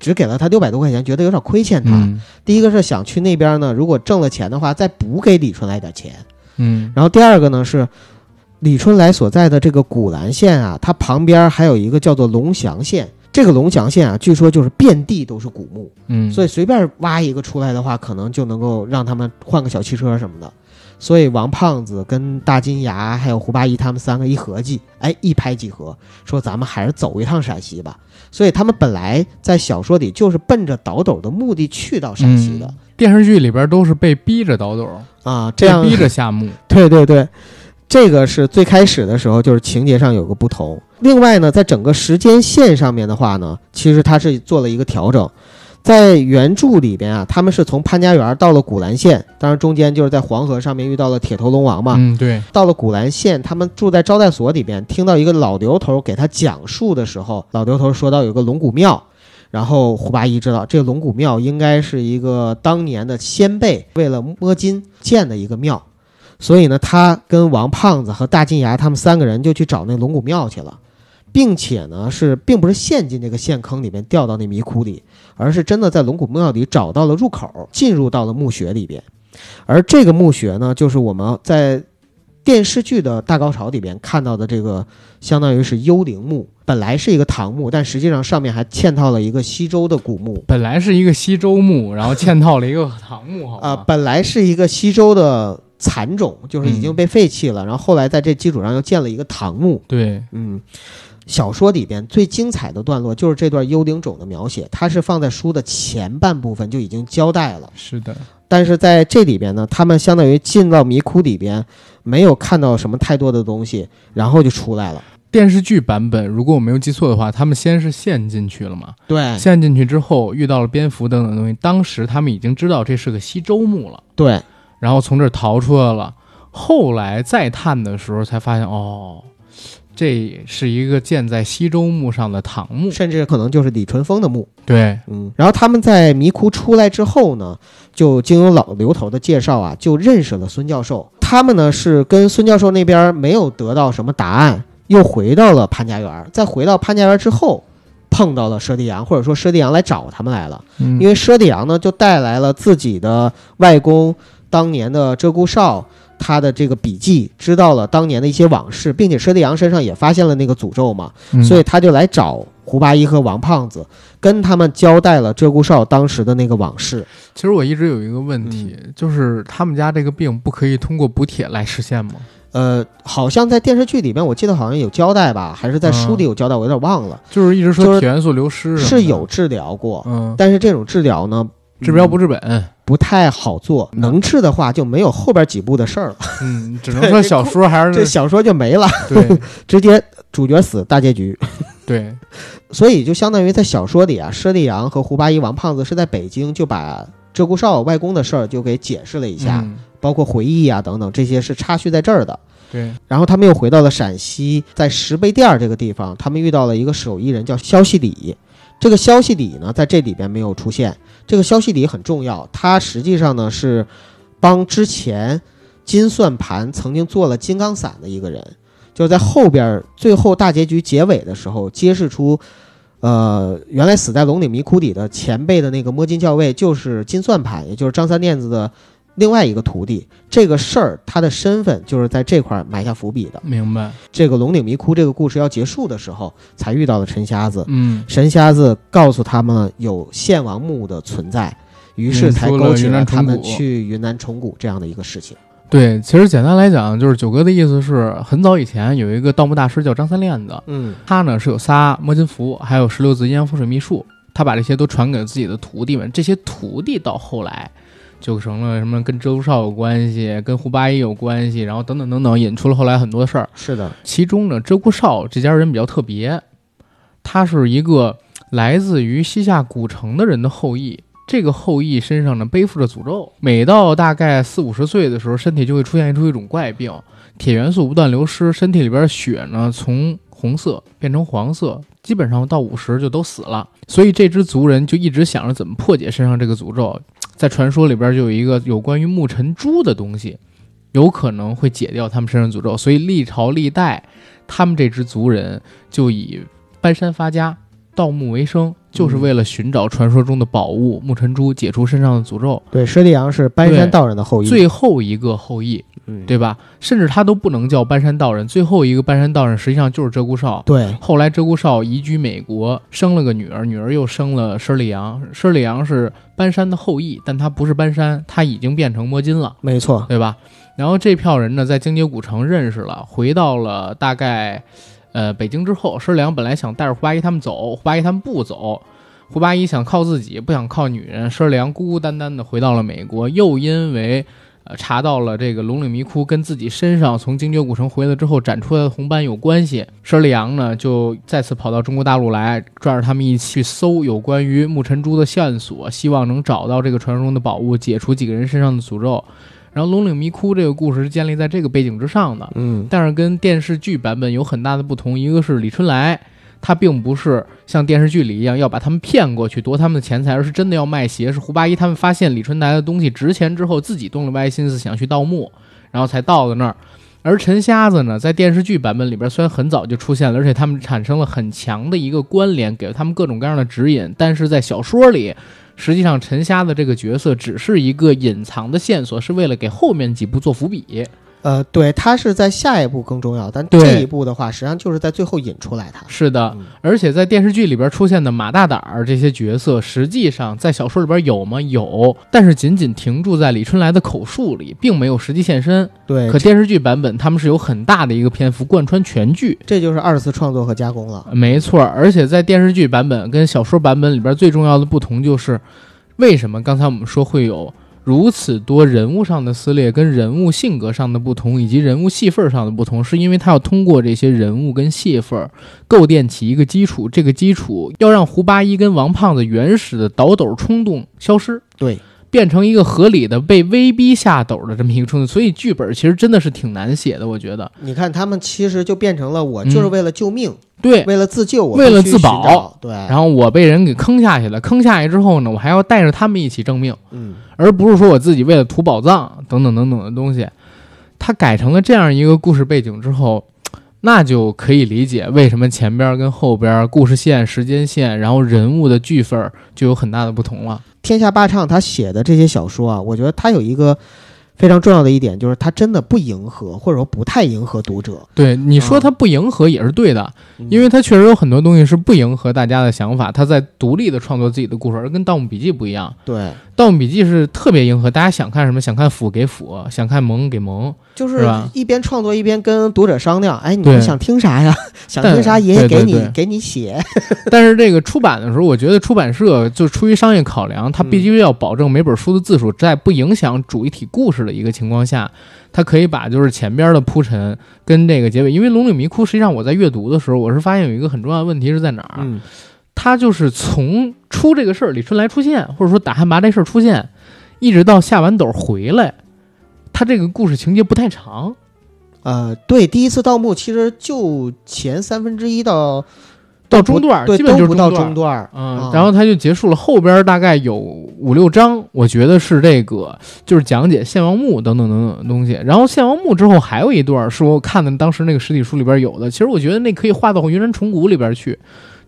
[SPEAKER 2] 只给了他六百多块钱，觉得有点亏欠他。
[SPEAKER 1] 嗯
[SPEAKER 2] 第一个是想去那边呢，如果挣了钱的话，再补给李春来点钱。
[SPEAKER 1] 嗯
[SPEAKER 2] 然后第二个呢是李春来所在的这个古兰县啊，它旁边还有一个叫做龙翔县。这个龙翔县啊，据说就是遍地都是古墓，
[SPEAKER 1] 嗯，
[SPEAKER 2] 所
[SPEAKER 1] 以
[SPEAKER 2] 以随便挖一个出来的话，可能就能够让他们换个小汽车什么的。所以王胖子跟大金牙还有胡八一他们三个一合计，哎，一拍即合，说咱们还是走一趟陕西吧。所以他们本来在小说里就是奔着倒斗的目的去到陕西的、
[SPEAKER 1] 电视剧里边都是被逼着倒斗，
[SPEAKER 2] 啊，这
[SPEAKER 1] 被
[SPEAKER 2] 样
[SPEAKER 1] 逼着下墓。
[SPEAKER 2] 对对对，这个是最开始的时候，就是情节上有个不同。另外呢，在整个时间线上面的话呢，其实它是做了一个调整。在原著里边啊，他们是从潘家园到了古兰县，当然中间就是在黄河上面遇到了铁头龙王嘛。
[SPEAKER 1] 嗯，对，
[SPEAKER 2] 到了古兰县，他们住在招待所里边，听到一个老刘头给他讲述的时候，老刘头说到有个龙骨庙，然后胡八一知道这个龙骨庙应该是一个当年的先辈为了摸金建的一个庙，所以呢，他跟王胖子和大金牙他们三个人就去找那龙骨庙去了。并且呢，是并不是陷进这个陷坑里面掉到那迷窟里，而是真的在龙骨庙里找到了入口，进入到了墓穴里边。而这个墓穴呢，就是我们在电视剧的大高潮里边看到的这个，相当于是幽灵墓，本来是一个唐墓，但实际上上面还嵌套了一个西周的古墓
[SPEAKER 1] 本来是一个西周墓，然后嵌套了一个唐墓，好
[SPEAKER 2] 啊、
[SPEAKER 1] 吧？
[SPEAKER 2] 本来是一个西周的残种，就是已经被废弃了，然后后来在这基础上又建了一个唐墓。
[SPEAKER 1] 对，
[SPEAKER 2] 嗯，小说里边最精彩的段落就是这段幽灵种的描写，它是放在书的前半部分就已经交代了。
[SPEAKER 1] 是的，
[SPEAKER 2] 但是在这里边呢，他们相当于进到迷窟里边，没有看到什么太多的东西，然后就出来了。
[SPEAKER 1] 电视剧版本，如果我没有记错的话，他们先是陷进去了嘛，
[SPEAKER 2] 对
[SPEAKER 1] 陷进去之后遇到了蝙蝠等等东西，当时他们已经知道这是个西周墓了，
[SPEAKER 2] 对，
[SPEAKER 1] 然后从这儿逃出来了。后来再探的时候才发现，哦，这是一个建在西周墓上的唐墓。
[SPEAKER 2] 甚至可能就是李淳风的墓。
[SPEAKER 1] 对，
[SPEAKER 2] 嗯，然后他们在迷窟出来之后呢，就经由老刘头的介绍啊，就认识了孙教授。他们呢是跟孙教授那边没有得到什么答案，又回到了潘家园。在回到潘家园之后，碰到了佘帝阳，或者说佘帝阳来找他们来了。
[SPEAKER 1] 嗯
[SPEAKER 2] 因为佘帝阳呢就带来了自己的外公当年的鹧鸪哨。他的这个笔记知道了当年的一些往事，并且佘帝阳身上也发现了那个诅咒嘛，
[SPEAKER 1] 嗯
[SPEAKER 2] 所以他就来找胡八一和王胖子，跟他们交代了鹧鸪哨当时的那个往事。
[SPEAKER 1] 其实我一直有一个问题，就是他们家这个病不可以通过补铁来实现吗？
[SPEAKER 2] 呃，好像在电视剧里面，我记得好像有交代吧，还是在书里有交代，我有点忘了，
[SPEAKER 1] 就是一直
[SPEAKER 2] 就
[SPEAKER 1] 说
[SPEAKER 2] 是
[SPEAKER 1] 铁元素流失什么的
[SPEAKER 2] 是有，治疗过，
[SPEAKER 1] 啊嗯，
[SPEAKER 2] 但是这种治疗呢，
[SPEAKER 1] 治标不嗯
[SPEAKER 2] 嗯
[SPEAKER 1] 治本，
[SPEAKER 2] 不太好做，能治的话就没有后边几部的事儿了，
[SPEAKER 1] 嗯，只能说小说还
[SPEAKER 2] [laughs] 这
[SPEAKER 1] 是
[SPEAKER 2] 小说就没了， [laughs]
[SPEAKER 1] 对
[SPEAKER 2] 直接主角死大结局。
[SPEAKER 1] 对，
[SPEAKER 2] 所以就相当于在小说里啊，佘丽阳和胡八一、王胖子是在北京就把鹧鸪哨外公的事儿就给解释了一下，
[SPEAKER 1] 嗯
[SPEAKER 2] 包括回忆啊等等，这些是插叙在这儿的。
[SPEAKER 1] 对，
[SPEAKER 2] 然后他们又回到了陕西，在石碑店儿这个地方，他们遇到了一个手艺人叫肖西里。这个肖西里呢，在这里边没有出现。这个肖西里很重要，他实际上呢是帮之前金算盘曾经做了金刚伞的一个人，就是在后边儿最后大结局结尾的时候揭示出，呃，原来死在龙岭迷窟里的前辈的那个摸金校尉就是金算盘，也就是张三链子的另外一个徒弟。这个事儿他的身份就是在这块儿埋下伏笔的。
[SPEAKER 1] 明白，
[SPEAKER 2] 这个龙岭迷窟这个故事要结束的时候，才遇到了陈瞎子。
[SPEAKER 1] 嗯，
[SPEAKER 2] 神瞎子告诉他们有献王墓的存在，于是才勾起嗯了他们去云南虫谷这样的一个事情。
[SPEAKER 1] 对，其实简单来讲，就是九哥的意思是，很早以前有一个盗墓大师叫张三链子，
[SPEAKER 2] 嗯，
[SPEAKER 1] 他呢是有仨摸金符，还有十六字阴阳风水秘术，他把这些都传给自己的徒弟们。这些徒弟到后来就成了什么跟周少有关系，跟胡八一有关系，然后等等等等，引出了后来很多事儿。
[SPEAKER 2] 是的，
[SPEAKER 1] 其中呢，鹧鸪哨这家人比较特别，他是一个来自于西夏古城的人的后裔。这个后裔身上呢背负着诅咒，每到大概四五十岁的时候，身体就会出现出一种怪病，铁元素不断流失，身体里边的血呢从红色变成黄色，基本上到五十就都死了。所以这支族人就一直想着怎么破解身上这个诅咒。在传说里边就有一个有关于木尘珠的东西，有可能会解掉他们身上的诅咒。所以历朝历代，他们这支族人就以搬山发家、盗墓为生，就是为了寻找传说中的宝物木尘珠，解除身上的诅咒。
[SPEAKER 2] 对，施利阳是搬山道人的后裔。
[SPEAKER 1] 最后一个后裔，
[SPEAKER 2] 嗯
[SPEAKER 1] 对吧？甚至他都不能叫搬山道人，最后一个搬山道人实际上就是鹧鸪哨。
[SPEAKER 2] 对
[SPEAKER 1] 后来鹧鸪哨移居美国，生了个女儿，女儿又生了施里阳。施里阳是搬山的后裔，但他不是搬山，他已经变成摸金了，
[SPEAKER 2] 没错，
[SPEAKER 1] 对吧？然后这票人呢，在京街古城认识了，回到了大概，呃，北京之后，施里阳本来想带着胡八一他们走，胡八一他们不走。胡八一想靠自己，不想靠女人。施里阳孤孤单单的回到了美国，又因为，呃，查到了这个龙岭迷窟跟自己身上从精绝古城回来之后展出来的红斑有关系。施里阳呢，就再次跑到中国大陆来，拽着他们一起去搜有关于木尘珠的线索，希望能找到这个传说中的宝物，解除几个人身上的诅咒。然后龙岭迷窟这个故事是建立在这个背景之上的，
[SPEAKER 2] 嗯，
[SPEAKER 1] 但是跟电视剧版本有很大的不同，一个是李春来。他并不是像电视剧里一样要把他们骗过去夺他们的钱财，而是真的要卖鞋。是胡八一他们发现李春来的东西值钱之后，自己动了歪心思想去盗墓，然后才到了那儿。而陈瞎子呢，在电视剧版本里边虽然很早就出现了，而且他们产生了很强的一个关联，给了他们各种各样的指引，但是在小说里，实际上陈瞎子这个角色只是一个隐藏的线索，是为了给后面几部做伏笔。
[SPEAKER 2] 呃，对，他是在下一步更重要，但
[SPEAKER 1] 对
[SPEAKER 2] 这一步的话，实际上就是在最后引出来他。
[SPEAKER 1] 是的，
[SPEAKER 2] 嗯
[SPEAKER 1] 而且在电视剧里边出现的马大胆儿这些角色，实际上在小说里边有吗？有，但是仅仅停驻在李春来的口述里，并没有实际现身。
[SPEAKER 2] 对，
[SPEAKER 1] 可电视剧版本他们是有很大的一个篇幅贯穿全剧。
[SPEAKER 2] 这就是二次创作和加工了。
[SPEAKER 1] 没错，而且在电视剧版本跟小说版本里边最重要的不同就是，为什么刚才我们说会有如此多人物上的撕裂、跟人物性格上的不同，以及人物戏份上的不同，是因为他要通过这些人物跟戏份儿构建起一个基础，这个基础要让胡八一跟王胖子原始的倒斗冲动消失。
[SPEAKER 2] 对，
[SPEAKER 1] 变成一个合理的被威逼下斗的这么一个冲突，所以剧本其实真的是挺难写的，我觉得。
[SPEAKER 2] 你看他们其实就变成了我就是为了救命，
[SPEAKER 1] 对，
[SPEAKER 2] 嗯为了自救，我
[SPEAKER 1] 为了
[SPEAKER 2] 必须
[SPEAKER 1] 自保
[SPEAKER 2] 寻找，对，
[SPEAKER 1] 然后我被人给坑下去了，坑下去之后呢，我还要带着他们一起证明，
[SPEAKER 2] 嗯，
[SPEAKER 1] 而不是说我自己为了图宝藏等等等等的东西。他改成了这样一个故事背景之后，那就可以理解为什么前边跟后边故事线、时间线，然后人物的剧份儿就有很大的不同了。
[SPEAKER 2] 天下霸唱他写的这些小说啊，我觉得他有一个非常重要的一点，就是他真的不迎合，或者说不太迎合读者。
[SPEAKER 1] 对你说
[SPEAKER 2] 嗯
[SPEAKER 1] 他不迎合也是对的，
[SPEAKER 2] 嗯
[SPEAKER 1] 因为他确实有很多东西是不迎合大家的想法，他在独立的创作自己的故事，而跟《盗墓笔记》不一样，
[SPEAKER 2] 对，
[SPEAKER 1] 《盗墓笔记》是特别迎合大家想看什么，想看腐给腐，想看萌给萌，
[SPEAKER 2] 就是是
[SPEAKER 1] 吧
[SPEAKER 2] 一边创作一边跟读者商量，哎，你
[SPEAKER 1] 对
[SPEAKER 2] 们想听啥呀？想听啥，
[SPEAKER 1] 但
[SPEAKER 2] 爷
[SPEAKER 1] 对
[SPEAKER 2] 爷给
[SPEAKER 1] 对
[SPEAKER 2] 你
[SPEAKER 1] 对
[SPEAKER 2] 给你写。
[SPEAKER 1] 但是这个出版的时候，我觉得出版社就出于商业考量，它必须要保证每本书的字数在不影响主一体故事的一个情况下，它可以把就是前边的铺陈跟这个结尾，因为《龙岭迷窟》实际上我在阅读的时候，我是发现有一个很重要的问题是在哪儿？
[SPEAKER 2] 嗯，
[SPEAKER 1] 它就是从出这个事儿，李春来出现，或者说打汉魃这事儿出现，一直到下完斗回来，它这个故事情节不太长。
[SPEAKER 2] 呃，对，第一次盗墓其实就前三分之一到
[SPEAKER 1] 到中段儿
[SPEAKER 2] 对，
[SPEAKER 1] 基本就是
[SPEAKER 2] 都不到
[SPEAKER 1] 中段儿
[SPEAKER 2] 中段儿。
[SPEAKER 1] 嗯
[SPEAKER 2] 啊，
[SPEAKER 1] 然后它就结束了。后边大概有五六章，我觉得是这个，就是讲解献王墓等等等等的东西。然后献王墓之后还有一段是我看的当时那个实体书里边有的，其实我觉得那可以画到云山虫谷里边去。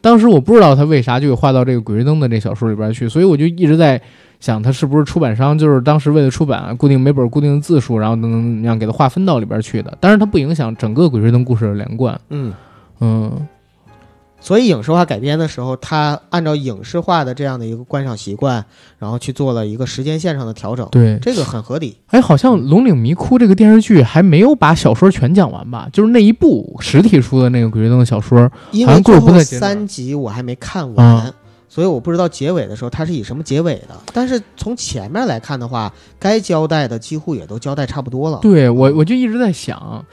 [SPEAKER 1] 当时我不知道它为啥就给画到这个《鬼吹灯》的这小说里边去，所以我就一直在想，它是不是出版商就是当时为了出版固定每本固定的字数，然后等等等样给它划分到里边去的。但是它不影响整个《鬼吹灯》故事的连贯。
[SPEAKER 2] 嗯，
[SPEAKER 1] 嗯，
[SPEAKER 2] 所以影视化改编的时候，他按照影视化的这样的一个观赏习惯，然后去做了一个时间线上的调整，
[SPEAKER 1] 对，
[SPEAKER 2] 这个很合理。
[SPEAKER 1] 哎，好像《龙岭迷窟》这个电视剧还没有把小说全讲完吧？就是那一部实体书的那个《鬼吹灯》的小说，
[SPEAKER 2] 因
[SPEAKER 1] 好像
[SPEAKER 2] 为
[SPEAKER 1] 故
[SPEAKER 2] 最
[SPEAKER 1] 事不
[SPEAKER 2] 后
[SPEAKER 1] 太结
[SPEAKER 2] 三集我还没看
[SPEAKER 1] 啊
[SPEAKER 2] 完，所以我不知道结尾的时候它是以什么结尾的。但是从前面来看的话，该交代的几乎也都交代差不多了。
[SPEAKER 1] 对我我就一直在想，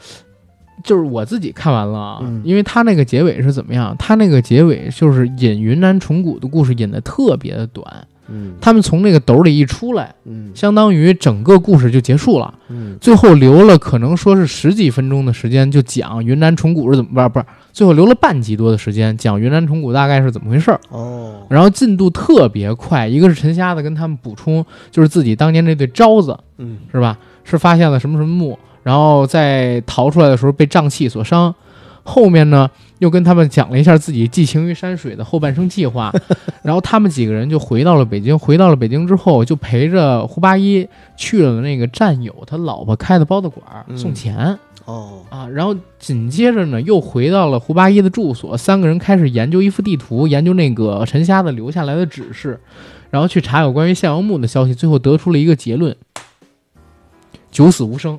[SPEAKER 1] 就是我自己看完了啊，
[SPEAKER 2] 嗯
[SPEAKER 1] 因为它那个结尾是怎么样？它那个结尾就是引云南虫谷的故事引的特别的短，
[SPEAKER 2] 嗯
[SPEAKER 1] 他们从那个斗里一出来，
[SPEAKER 2] 嗯
[SPEAKER 1] 相当于整个故事就结束了。
[SPEAKER 2] 嗯
[SPEAKER 1] 最后留了可能说是十几分钟的时间，就讲云南虫谷是怎么不是不是，最后留了半集多的时间讲云南虫谷大概是怎么回事儿。
[SPEAKER 2] 哦，
[SPEAKER 1] 然后进度特别快，一个是陈瞎子跟他们补充，就是自己当年那对招子
[SPEAKER 2] 嗯
[SPEAKER 1] 是吧？是发现了什么什么墓，然后在逃出来的时候被瘴气所伤。后面呢，又跟他们讲了一下自己寄情于山水的后半生计划，然后他们几个人就回到了北京。回到了北京之后，就陪着胡八一去了那个战友他老婆开的包子馆儿
[SPEAKER 2] 嗯
[SPEAKER 1] 送钱。
[SPEAKER 2] 哦，
[SPEAKER 1] 啊，然后紧接着呢，又回到了胡八一的住所，三个人开始研究一幅地图，研究那个陈瞎子留下来的指示，然后去查有关于献王墓的消息，最后得出了一个结论：九死无生，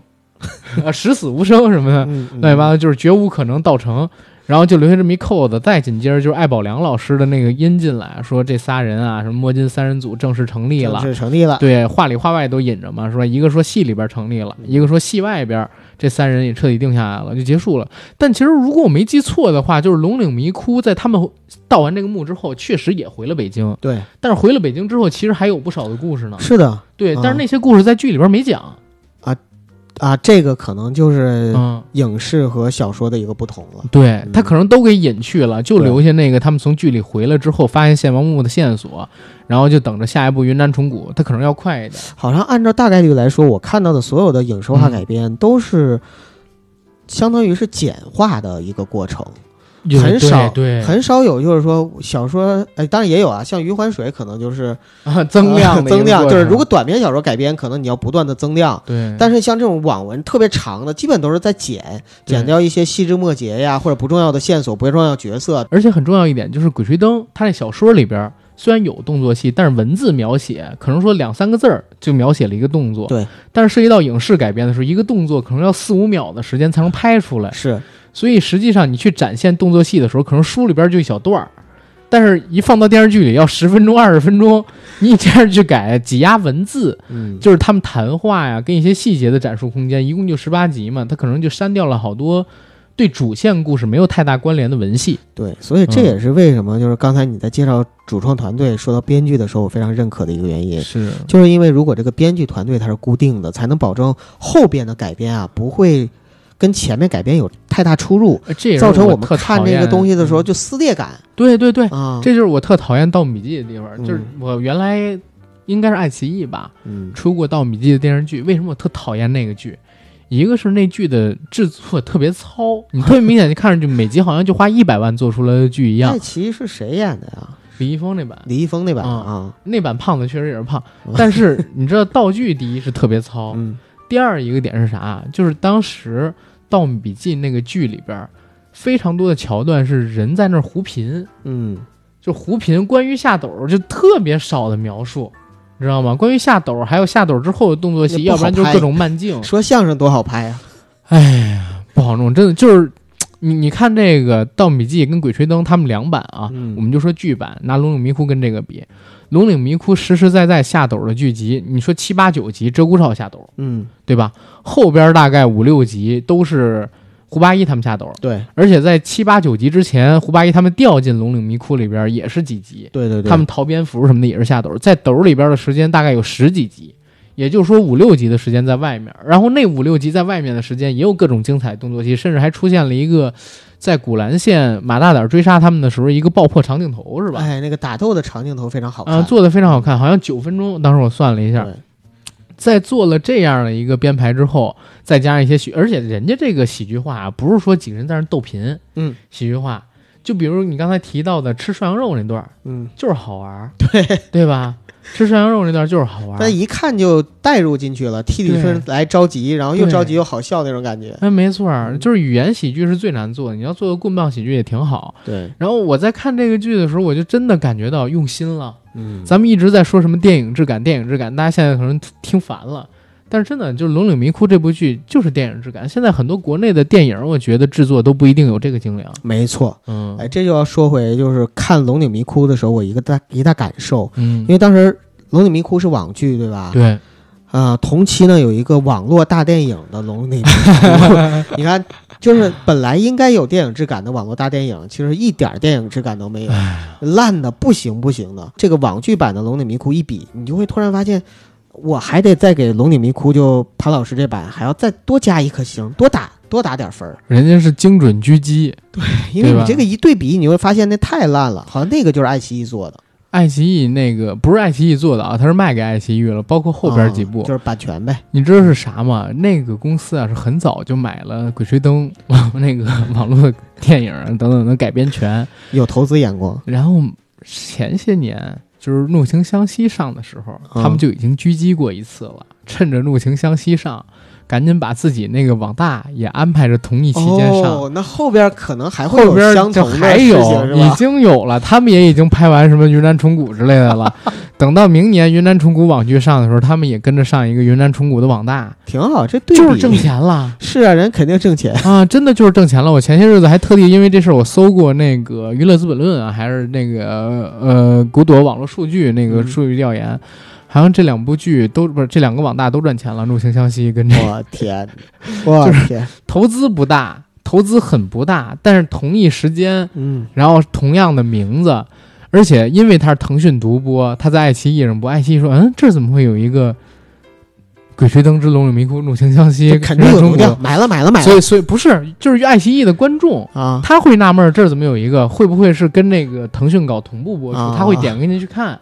[SPEAKER 1] 啊，十死无生什么的，
[SPEAKER 2] 嗯
[SPEAKER 1] 乱七八糟，就是绝无可能到成。然后就留下这么一扣子，再紧接着就是艾宝良老师的那个音进来，说这仨人啊，什么摸金三人组正式成立了，
[SPEAKER 2] 嗯是成立了。
[SPEAKER 1] 对，话里话外都引着嘛，是吧？一个说戏里边成立了，一个说戏外边，这三人也彻底定下来了，就结束了。但其实如果我没记错的话，就是龙岭迷窟在他们盗完这个墓之后，确实也回了北京。
[SPEAKER 2] 对，
[SPEAKER 1] 但是回了北京之后，其实还有不少的故事呢。
[SPEAKER 2] 是的
[SPEAKER 1] 对，
[SPEAKER 2] 嗯
[SPEAKER 1] 但是那些故事在剧里边没讲。
[SPEAKER 2] 啊，这个可能就是
[SPEAKER 1] 嗯，
[SPEAKER 2] 影视和小说的一个不同了。
[SPEAKER 1] 对
[SPEAKER 2] 嗯
[SPEAKER 1] 他可能都给隐去了，就留下那个他们从剧里回来之后发现献王墓的线索，然后就等着下一部云南虫谷，他可能要快一点。
[SPEAKER 2] 好像按照大概率来说，我看到的所有的影视化
[SPEAKER 1] 嗯
[SPEAKER 2] 改编都是相当于是简化的一个过程。很少，
[SPEAKER 1] 对，
[SPEAKER 2] 很少有就是说小说，哎，当然也有啊，像《余欢水》可能就是呃
[SPEAKER 1] 啊 [laughs] 增量的一个
[SPEAKER 2] [laughs] 增量，
[SPEAKER 1] 过
[SPEAKER 2] 就是
[SPEAKER 1] 程嗯
[SPEAKER 2] 如果短篇小说改编，可能你要不断的增量。
[SPEAKER 1] 对，
[SPEAKER 2] 但是像这种网文特别长的，基本都是在剪，
[SPEAKER 1] 对
[SPEAKER 2] 剪掉一些细枝末节呀，或者不重要的线索、不重要的角色。
[SPEAKER 1] 而且很重要一点就是《鬼吹灯》，它那小说里边儿虽然有动作戏，但是文字描写可能说两三个字儿就描写了一个动作。
[SPEAKER 2] 对。
[SPEAKER 1] 但是涉及到影视改编的时候，一个动作可能要四五秒的时间才能拍出来，
[SPEAKER 2] 是，
[SPEAKER 1] 所以实际上你去展现动作戏的时候，可能书里边就一小段儿。但是一放到电视剧里要十分钟、二十分钟，你这样去改挤压文字，
[SPEAKER 2] 嗯，
[SPEAKER 1] 就是他们谈话呀，跟一些细节的展述空间，一共就十八集嘛，他可能就删掉了好多对主线故事没有太大关联的文戏。
[SPEAKER 2] 对，所以这也是为什么就是刚才你在介绍主创团队说到编剧的时候，我非常认可的一个原因，
[SPEAKER 1] 是，
[SPEAKER 2] 就是因为如果这个编剧团队它是固定的，才能保证后边的改编啊不会跟前面改编有太大出入，
[SPEAKER 1] 呃这也是
[SPEAKER 2] 造成
[SPEAKER 1] 我
[SPEAKER 2] 们看这个东西的时候就撕裂感
[SPEAKER 1] 对对对，
[SPEAKER 2] 啊。
[SPEAKER 1] 嗯哎这就是我特讨厌《盗墓笔记》的地方，
[SPEAKER 2] 嗯
[SPEAKER 1] 就是我原来应该是爱奇艺吧
[SPEAKER 2] 嗯
[SPEAKER 1] 出过《盗墓笔记》的电视剧，为什么我特讨厌那个剧？一个是那剧的制作特别糙，你特别明显就看上去每集好像就花一百万做出来的剧一样
[SPEAKER 2] 爱。奇艺是谁演的呀？
[SPEAKER 1] 李易峰那版，
[SPEAKER 2] 李易峰那版
[SPEAKER 1] 啊
[SPEAKER 2] 啊，
[SPEAKER 1] 那版胖子确实也是胖
[SPEAKER 2] 嗯，
[SPEAKER 1] 但是你知道道具第一是特别糙，
[SPEAKER 2] 嗯
[SPEAKER 1] 第二一个点是啥？就是当时《盗墓笔记》那个剧里边儿，非常多的桥段是人在那儿胡贫，
[SPEAKER 2] 嗯
[SPEAKER 1] 就胡贫关于下斗儿就特别少的描述，你知道吗？关于下斗儿还有下斗儿之后的动作戏，
[SPEAKER 2] 那
[SPEAKER 1] 要
[SPEAKER 2] 不
[SPEAKER 1] 不
[SPEAKER 2] 好
[SPEAKER 1] 然就是
[SPEAKER 2] 拍
[SPEAKER 1] 各种慢镜，
[SPEAKER 2] 说相声多好拍啊呀、
[SPEAKER 1] 不好弄。真的就是你你看这个《盗墓笔记》跟《鬼吹灯》他们两版啊，
[SPEAKER 2] 嗯
[SPEAKER 1] 我们就说剧版，拿《龙岭迷窟》跟这个比，《龙岭迷窟》实实在在下斗儿的剧集，你说七八九集鹧鸪哨下斗儿，
[SPEAKER 2] 嗯，
[SPEAKER 1] 对吧？后边大概五六集都是胡八一他们下斗儿，
[SPEAKER 2] 对
[SPEAKER 1] 而且在七八九集之前，胡八一他们掉进龙岭迷窟里边也是几集，
[SPEAKER 2] 对对对，
[SPEAKER 1] 他们逃蝙蝠什么的也是下斗儿，在斗儿里边的时间大概有十几集，也就是说五六集的时间在外面，然后那五六集在外面的时间也有各种精彩动作戏，甚至还出现了一个在古兰县马大胆追杀他们的时候一个爆破长镜头是吧？
[SPEAKER 2] 哎，那个打斗的长镜头非常好看，
[SPEAKER 1] 啊，做的非常好看，好像九分钟，当时我算了一下，
[SPEAKER 2] 对
[SPEAKER 1] 在做了这样的一个编排之后，再加上一些喜，而且人家这个喜剧化啊不是说几个人在那逗贫，
[SPEAKER 2] 嗯，
[SPEAKER 1] 喜剧化，就比如你刚才提到的吃涮羊肉那段儿，
[SPEAKER 2] 嗯，
[SPEAKER 1] 就是好玩儿，对对吧？吃涮羊肉那段儿就是好玩
[SPEAKER 2] 但
[SPEAKER 1] 儿，
[SPEAKER 2] 一看就带入进去了，替李顺来着急，然后又着急又好笑那种感觉。
[SPEAKER 1] 哎，没错儿，就是语言喜剧是最难做的，你要做个棍棒喜剧也挺好。
[SPEAKER 2] 对，
[SPEAKER 1] 然后我在看这个剧的时候，我就真的感觉到用心了。
[SPEAKER 2] 嗯，
[SPEAKER 1] 咱们一直在说什么电影质感，电影质感，大家现在可能听烦了。但是真的，就是《龙岭迷窟》这部剧就是电影质感。现在很多国内的电影，我觉得制作都不一定有这个精良。
[SPEAKER 2] 没错。
[SPEAKER 1] 嗯，
[SPEAKER 2] 哎，这就要说回就是看《龙岭迷窟》的时候，我一个大一大感受，
[SPEAKER 1] 嗯
[SPEAKER 2] 因，为当时《龙岭迷窟》是网剧，对吧？。
[SPEAKER 1] 对，
[SPEAKER 2] 啊、同期呢有一个网络大电影的《龙岭迷窟》，
[SPEAKER 1] [laughs]
[SPEAKER 2] 你看，就是本来应该有电影质感的网络大电影，其实一点儿电影质感都
[SPEAKER 1] 哎
[SPEAKER 2] 没有，烂的不行不行的。这个网剧版的《龙岭迷窟》一比，你就会突然发现，我还得再给《龙岭迷窟》就潘老师这版还要再多加一颗星，多打多打点分儿，
[SPEAKER 1] 人家是精准狙击，
[SPEAKER 2] 因为
[SPEAKER 1] 对
[SPEAKER 2] 你
[SPEAKER 1] 吧
[SPEAKER 2] 这个一对比，你会发现那太烂了，好像那个就是爱奇艺做的，
[SPEAKER 1] 爱奇艺那个不是爱奇艺做的啊，它是卖给爱奇艺了，包括后边几
[SPEAKER 2] 啊
[SPEAKER 1] 部。
[SPEAKER 2] 就是版权呗。
[SPEAKER 1] 你知道是啥吗？那个公司啊是很早就买了《鬼吹灯》 [laughs] 那个
[SPEAKER 2] 嗯
[SPEAKER 1] 网络电影啊等等的改编权，
[SPEAKER 2] 有投资眼光，
[SPEAKER 1] 然后前些年就是《怒晴湘西》上的时候，
[SPEAKER 2] 嗯
[SPEAKER 1] 他们就已经狙击过一次了。趁着《怒晴湘西》上，赶紧把自己那个网大也安排着同一期间上。
[SPEAKER 2] 哦，那后边可能还会
[SPEAKER 1] 后
[SPEAKER 2] 有
[SPEAKER 1] 边
[SPEAKER 2] 相
[SPEAKER 1] 这
[SPEAKER 2] 同
[SPEAKER 1] 还
[SPEAKER 2] 的事情
[SPEAKER 1] 有
[SPEAKER 2] 是
[SPEAKER 1] 已
[SPEAKER 2] 吧？
[SPEAKER 1] 经有了，他们也已经拍完什么云南虫谷之类的
[SPEAKER 2] [laughs]
[SPEAKER 1] 了。等到明年云南虫谷网剧上的时候，他们也跟着上一个云南虫谷的网大，
[SPEAKER 2] 挺好，这对比
[SPEAKER 1] 就是挣钱了
[SPEAKER 2] 是啊，人肯定挣钱。
[SPEAKER 1] 啊！真的就是挣钱了。我前些日子还特地因为这事儿，我搜过那个《娱乐资本论》啊，还是那个呃古朵网络数据那个
[SPEAKER 2] 嗯
[SPEAKER 1] 数据调研，好像这两部剧都不是这两个网大都赚钱了，《怒晴湘西》跟这个 [laughs]
[SPEAKER 2] 我天，我天，
[SPEAKER 1] 投资不大，投资很不大，但是同一时间。
[SPEAKER 2] 嗯，
[SPEAKER 1] 然后同样的名字，而且因为它是腾讯独播，它在爱奇艺上播，爱奇艺说，嗯，这怎么会有一个《鬼吹灯之龙岭迷窟怒晴湘西
[SPEAKER 2] 这》肯定有
[SPEAKER 1] 中
[SPEAKER 2] 流
[SPEAKER 1] 国
[SPEAKER 2] 量，买了买了买
[SPEAKER 1] 所
[SPEAKER 2] 了
[SPEAKER 1] 以所以不是，就是爱奇艺的观众。
[SPEAKER 2] 啊！
[SPEAKER 1] 他会纳闷儿这儿怎么有一个？会不会是跟那个腾讯搞同步播出？
[SPEAKER 2] 啊
[SPEAKER 1] 他会点进去看，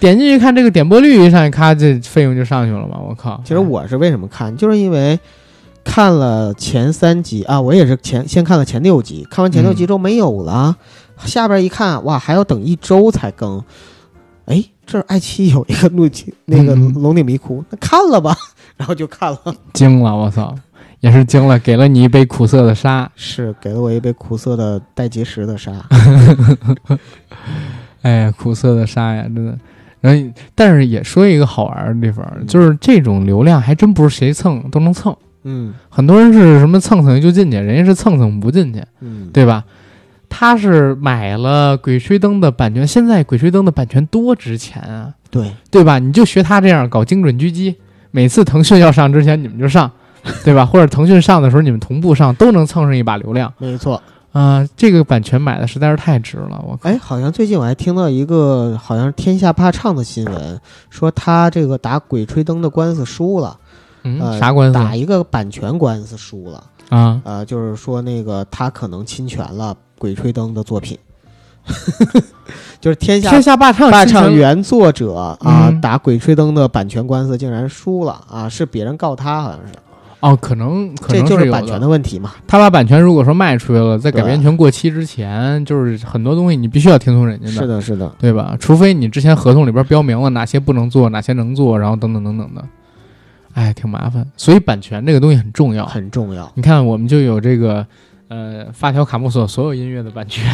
[SPEAKER 1] 点进去看这个点播率一上去，咔，这费用就上去了嘛！我靠！
[SPEAKER 2] 其实我是为什么看，就是因为看了前三集啊，我也是前先看了前六集，看完前
[SPEAKER 1] 嗯
[SPEAKER 2] 六集之后没有了，下边一看，哇，还要等一周才更。哎，这儿爱奇艺有一个怒气，那个
[SPEAKER 1] 嗯
[SPEAKER 2] 《龙岭迷窟》，那看了吧，然后就看了。
[SPEAKER 1] 惊了，我操，也是惊了，给了你一杯苦涩的沙。
[SPEAKER 2] 是给了我一杯苦涩的带结石
[SPEAKER 1] [laughs]
[SPEAKER 2] 的沙。
[SPEAKER 1] 哎呀，苦涩的沙呀，真的。然后，但是也说一个好玩的地方，就是这种流量还真不是谁蹭都能蹭，
[SPEAKER 2] 嗯
[SPEAKER 1] 很多人是什么蹭蹭就进去，人家是蹭蹭不进去，
[SPEAKER 2] 嗯，
[SPEAKER 1] 对吧？他是买了《鬼吹灯》的版权，现在《鬼吹灯》的版权多值钱啊，
[SPEAKER 2] 对，
[SPEAKER 1] 对吧？你就学他这样搞精准狙击，每次腾讯要上之前你们就上，对吧？ [laughs] 或者腾讯上的时候你们同步上，都能蹭上一把流量
[SPEAKER 2] 没错。
[SPEAKER 1] 啊、这个版权买的实在是太值了，我靠！
[SPEAKER 2] 哎，好像最近我还听到一个好像是天下怕唱的新闻，说他这个打《鬼吹灯》的官司输了，
[SPEAKER 1] 嗯，
[SPEAKER 2] 呃
[SPEAKER 1] 啥关系
[SPEAKER 2] 打一个版权官司输了，
[SPEAKER 1] 啊？
[SPEAKER 2] 呃，就是说那个他可能侵权了《鬼吹灯》的作品， [laughs] 就是天下
[SPEAKER 1] 天下霸唱，
[SPEAKER 2] 霸唱原作者啊、
[SPEAKER 1] 嗯
[SPEAKER 2] 打《鬼吹灯》的版权官司竟然输了啊，是别人告他，好像是，
[SPEAKER 1] 哦，可能可
[SPEAKER 2] 这
[SPEAKER 1] 能
[SPEAKER 2] 就是
[SPEAKER 1] 有
[SPEAKER 2] 版权
[SPEAKER 1] 的。
[SPEAKER 2] 的问题嘛。
[SPEAKER 1] 他把版权如果说卖出去了，在改
[SPEAKER 2] 对
[SPEAKER 1] 编权过期之前，就是很多东西你必须要听从人家
[SPEAKER 2] 是
[SPEAKER 1] 的，
[SPEAKER 2] 的，是的，
[SPEAKER 1] 对吧？除非你之前合同里边标明了哪些不能做，哪些能做，然后等等等等的，哎，挺麻烦。所以版权这个东西很重要。
[SPEAKER 2] 很重要。
[SPEAKER 1] 你看，我们就有这个呃发条卡木索所有音乐的版权，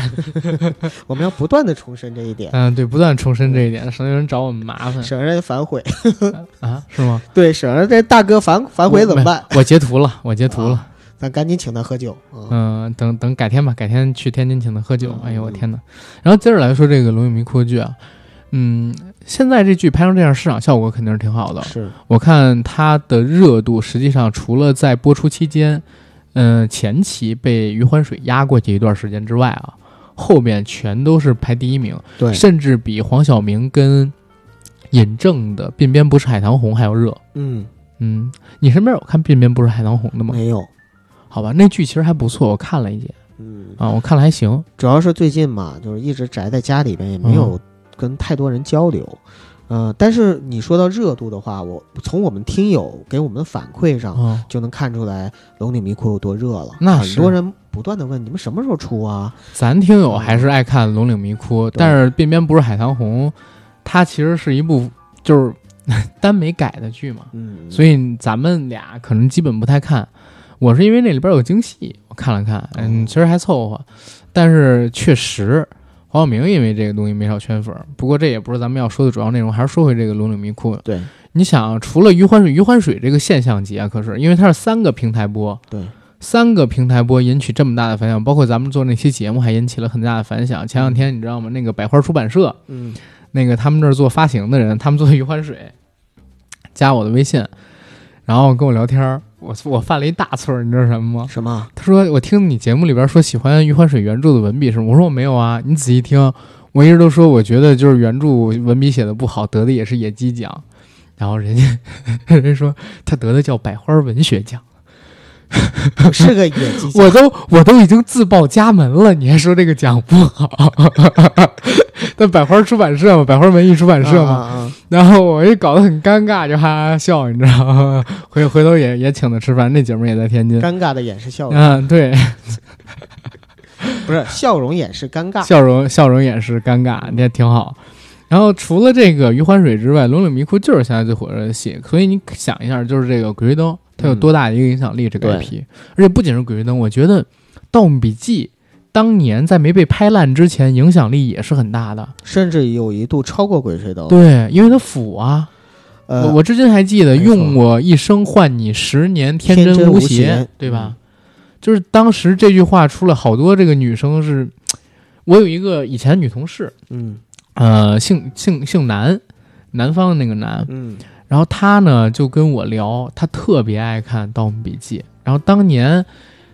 [SPEAKER 2] 我们要不断的重申这一点，
[SPEAKER 1] [laughs] 嗯、对，不断重申这一点，省得有人找我们麻烦
[SPEAKER 2] 省得人反悔。 [laughs]
[SPEAKER 1] 啊，是吗？
[SPEAKER 2] 对，省得这大哥反反悔怎么办？
[SPEAKER 1] [laughs] 我截图了，我截图了。
[SPEAKER 2] 咱赶紧请他喝酒。嗯，
[SPEAKER 1] 嗯、等等改天吧，改天去天津请他喝酒
[SPEAKER 2] 嗯。
[SPEAKER 1] 哎呦我天哪！然后接着来说这个《龙与迷窟》的剧啊，嗯，现在这剧拍成这样，市场效果肯定是挺好的。
[SPEAKER 2] 是
[SPEAKER 1] 我看它的热度，实际上除了在播出期间，嗯、前期被余欢水压过去一段时间之外啊，后面全都是排第一名，
[SPEAKER 2] 对，
[SPEAKER 1] 甚至比黄晓明跟尹正的《鬓边不是海棠红》还要热。
[SPEAKER 2] 嗯，
[SPEAKER 1] 嗯，你身边有看《鬓边不是海棠红》的吗？
[SPEAKER 2] 没有，
[SPEAKER 1] 好吧，那剧其实还不错，我看了一集
[SPEAKER 2] 嗯，
[SPEAKER 1] 啊，我看了还行。
[SPEAKER 2] 主要是最近嘛，就是一直宅在家里边，也没
[SPEAKER 1] 嗯
[SPEAKER 2] 有跟太多人交流。呃，但是你说到热度的话，我从我们听友给我们的反馈上，
[SPEAKER 1] 哦，
[SPEAKER 2] 就能看出来《龙女迷窟》有多热了。
[SPEAKER 1] 那
[SPEAKER 2] 很
[SPEAKER 1] 是
[SPEAKER 2] 多人不断的问你们什么时候出啊？
[SPEAKER 1] 咱听友还是爱看《龙岭迷窟》，
[SPEAKER 2] 对
[SPEAKER 1] 但是《鬓边不是海棠红》，它其实是一部就是 [laughs] 耽美改的剧嘛，
[SPEAKER 2] 嗯，
[SPEAKER 1] 所以咱们俩可能基本不太看。我是因为那里边有京戏，我看了看，嗯，
[SPEAKER 2] 哦
[SPEAKER 1] 其实还凑合，但是确实黄晓明因为这个东西没少圈粉儿。不过这也不是咱们要说的主要内容，还是说回这个《龙岭迷窟》。
[SPEAKER 2] 对
[SPEAKER 1] 你想，除了余欢水，余欢水这个现象级啊，可是因为它是三个平台播，
[SPEAKER 2] 对，
[SPEAKER 1] 三个平台播引起这么大的反响，包括咱们做那期节目还引起了很大的反响。前两天你知道吗？那个百花出版社，
[SPEAKER 2] 嗯，
[SPEAKER 1] 那个他们那儿做发行的人，他们做的余欢水，加我的微信，然后跟我聊天儿，我我犯了一大错儿，你知道什么吗？
[SPEAKER 2] 什么？ [laughs]
[SPEAKER 1] 他说我听你节目里边说喜欢余欢水原著的文笔是吗？我说我没有啊，你仔细听，我一直都说我觉得就是原著文笔写的不好，得的也是野鸡奖，然后人家 [laughs] 人家说他得的叫百花文学奖，
[SPEAKER 2] 是个野鸡
[SPEAKER 1] 我都我都已经自报家门了，你还说这个奖不好？ [laughs] 但百花出版社嘛，百花文艺出版社嘛，
[SPEAKER 2] 啊啊啊
[SPEAKER 1] 然后我也搞得很尴尬，就哈哈笑，你知道吗？回回头也也请他吃饭，那姐们儿也在天津。
[SPEAKER 2] 尴尬的掩饰笑容，
[SPEAKER 1] 嗯，对，
[SPEAKER 2] 不是笑容掩饰尴尬。
[SPEAKER 1] 笑容笑容掩饰尴尬，你也挺好。然后除了这个余欢水之外，《龙岭迷窟》就是现在最火热的戏，所以你想一下，就是这个《鬼吹灯》它有多大的一个影响力？这个
[SPEAKER 2] 嗯对
[SPEAKER 1] IP，而且不仅是《鬼吹灯》，我觉得《盗墓笔记》当年在没被拍烂之前，影响力也是很大的。
[SPEAKER 2] 甚至有一度超过《鬼吹灯》。
[SPEAKER 1] 对，因为它腐啊，
[SPEAKER 2] 呃，
[SPEAKER 1] 我我至今还记得“
[SPEAKER 2] 没错
[SPEAKER 1] 用我一生换你十年天
[SPEAKER 2] 天真
[SPEAKER 1] 无
[SPEAKER 2] 无邪嗯
[SPEAKER 1] 对吧？就是当时这句话出了好多这个女生是，我有一个以前女同事，
[SPEAKER 2] 嗯
[SPEAKER 1] 呃，姓姓姓南，南方的那个南，
[SPEAKER 2] 嗯
[SPEAKER 1] 然后她呢就跟我聊，她特别爱看《盗墓笔记》，然后当年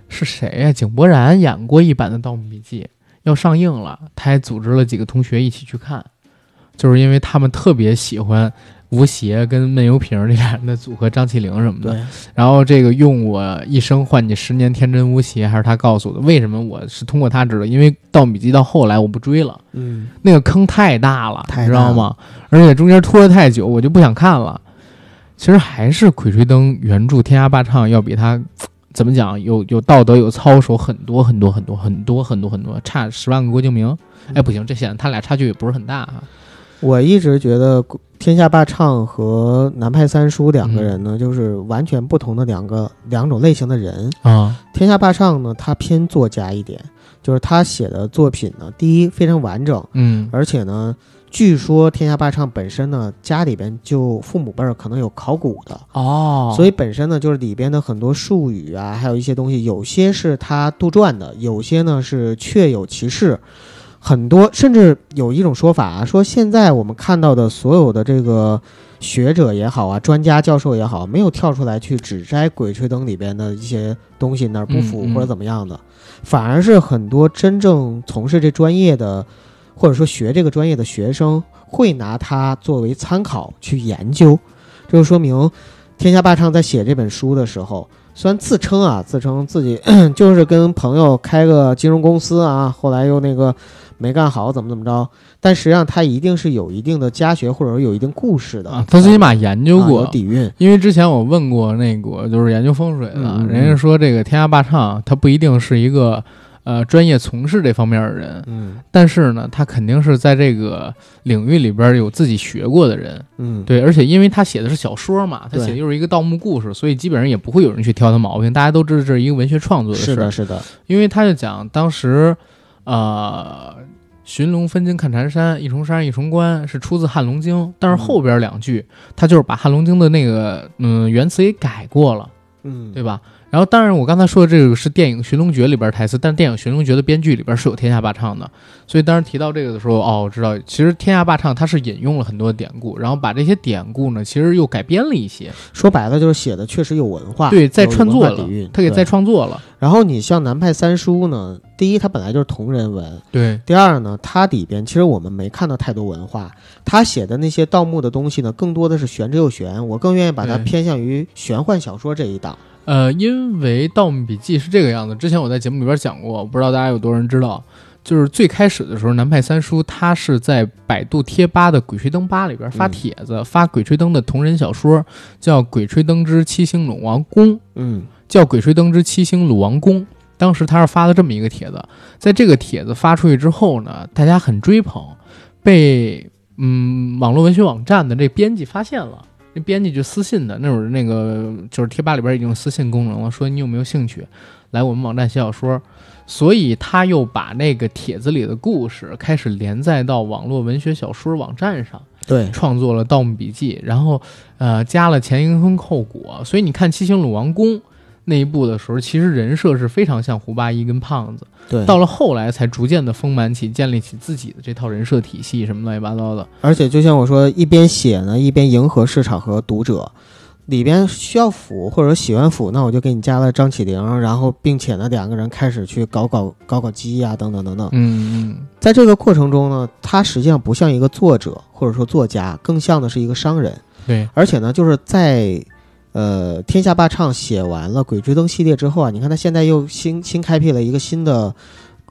[SPEAKER 1] 是谁呀、井柏然演过一版的《盗墓笔记》，要上映了，她还组织了几个同学一起去看，就是因为他们特别喜欢。吴邪跟闷油瓶儿这俩人的组合，张起灵什么的，
[SPEAKER 2] 对，
[SPEAKER 1] 然后这个用我一生换你十年天真无邪，还是他告诉我的。为什么我是通过他知道？因为《盗墓笔记》到后来我不追了，
[SPEAKER 2] 嗯
[SPEAKER 1] 那个坑太大了，
[SPEAKER 2] 太大
[SPEAKER 1] 你知道吗？而且中间拖得太久，我就不想看了。其实还是《鬼吹灯》原著《天下霸唱》要比他怎么讲有有道德有操守很多很多很多很多很多很多，差十万个郭敬明。哎，不行，这显得他俩差距也不是很大啊。
[SPEAKER 2] 我一直觉得天下霸唱和南派三叔两个人呢，就是完全不同的两个两种类型的人。
[SPEAKER 1] 啊，
[SPEAKER 2] 天下霸唱呢，他偏作家一点，就是他写的作品呢，第一非常完整，
[SPEAKER 1] 嗯
[SPEAKER 2] 而且呢，据说天下霸唱本身呢，家里边就父母辈儿可能有考古的，
[SPEAKER 1] 哦，
[SPEAKER 2] 所
[SPEAKER 1] 以
[SPEAKER 2] 以本身呢，就是里边的很多术语啊，还有一些东西，有些是他杜撰的，有些呢是确有其事。很多甚至有一种说法啊，说现在我们看到的所有的这个学者也好啊，专家教授也好，没有跳出来去指摘《鬼吹灯》里边的一些东西哪儿不符
[SPEAKER 1] 嗯嗯
[SPEAKER 2] 或者怎么样的，反而是很多真正从事这专业的，或者说学这个专业的学生，会拿它作为参考去研究。这就说明天下霸唱在写这本书的时候，虽然自称啊，自称自己 [clears throat] 就是跟朋友开个金融公司啊，后来又那个没干好，怎么怎么着，但实际上他一定是有一定的家学，或者说有一定故事的
[SPEAKER 1] 啊，他最起码研究
[SPEAKER 2] 啊
[SPEAKER 1] 过
[SPEAKER 2] 有。底蕴。
[SPEAKER 1] 因为之前我问过那个就是研究风水的，
[SPEAKER 2] 嗯嗯
[SPEAKER 1] 人家说这个天下霸唱，他不一定是一个呃专业从事这方面的人，
[SPEAKER 2] 嗯
[SPEAKER 1] 但是呢，他肯定是在这个领域里边有自己学过的人。
[SPEAKER 2] 嗯，
[SPEAKER 1] 对，而且因为他写的是小说嘛，他
[SPEAKER 2] 对
[SPEAKER 1] 写的就是一个盗墓故事，所以基本上也不会有人去挑他毛病。大家都知道这是一个文学创作事
[SPEAKER 2] 是
[SPEAKER 1] 儿，
[SPEAKER 2] 的，是的，
[SPEAKER 1] 因为他就讲当时，呃，寻龙分金看缠山，一重山一重关是出自《汉龙经》，但是
[SPEAKER 2] 嗯
[SPEAKER 1] 后边两句、他就是把《汉龙经》的那个嗯原词给改过了，
[SPEAKER 2] 嗯，
[SPEAKER 1] 对吧？然后当然我刚才说的这个是电影《寻龙诀》里边台词，但电影《寻龙诀》的编剧里边是有天下霸唱的，所以当时提到这个的时候，哦，我知道，其实天下霸唱他是引用了很多典故，然后把这些典故呢，其实又改编了一些，
[SPEAKER 2] 说白了就是写的确实有文化，
[SPEAKER 1] 对，再
[SPEAKER 2] 有
[SPEAKER 1] 创作
[SPEAKER 2] 啊文化
[SPEAKER 1] 了
[SPEAKER 2] 底蕴，，
[SPEAKER 1] 他给
[SPEAKER 2] 对
[SPEAKER 1] 再创作了，
[SPEAKER 2] 然后你像南派三叔呢，第一他本来就是同人文，
[SPEAKER 1] 对，
[SPEAKER 2] 第二呢，它里边其实我们没看到太多文化，他写的那些盗墓的东西呢，更多的是玄之又玄，我更愿意把它
[SPEAKER 1] 对
[SPEAKER 2] 偏向于玄幻小说这一档。
[SPEAKER 1] 呃，因为《盗墓笔记》是这个样子，之前我在节目里边讲过，不知道大家有多少人知道，就是最开始的时候，南派三叔他是在百度贴吧的《鬼吹灯吧》里边发
[SPEAKER 2] 嗯
[SPEAKER 1] 帖子，发《鬼吹灯》的同人小说，叫《鬼吹灯之七星鲁王宫》，
[SPEAKER 2] 嗯
[SPEAKER 1] 叫《鬼吹灯之七星鲁王宫》。当时他是发了这么一个帖子，在这个帖子发出去之后呢，大家很追捧，被嗯网络文学网站的这编辑发现了。那编辑就私信的，那会儿那个就是贴吧里边已经有私信功能了，说你有没有兴趣来我们网站写小说，所以他又把那个帖子里的故事开始连载到网络文学小说网站上。
[SPEAKER 2] 对，
[SPEAKER 1] 创作了《盗墓笔记》，然后呃加了前因后果，所以你看《七星鲁王宫》那一部的时候，其实人设是非常像胡八一跟胖子，
[SPEAKER 2] 对，
[SPEAKER 1] 到了后来才逐渐的丰满起，建立起自己的这套人设体系什么乱七八糟的。
[SPEAKER 2] 而且就像我说，一边写呢，一边迎合市场和读者。里边需要腐或者喜欢腐，那我就给你加了张起灵，然后并且呢，两个人开始去搞搞搞搞基呀、等等等等。
[SPEAKER 1] 嗯嗯，
[SPEAKER 2] 在这个过程中呢，他实际上不像一个作者或者说作家，更像的是一个商人。
[SPEAKER 1] 对，
[SPEAKER 2] 而且呢，就是在呃天下霸唱写完了《鬼吹灯》系列之后啊，你看他现在又新新开辟了一个新的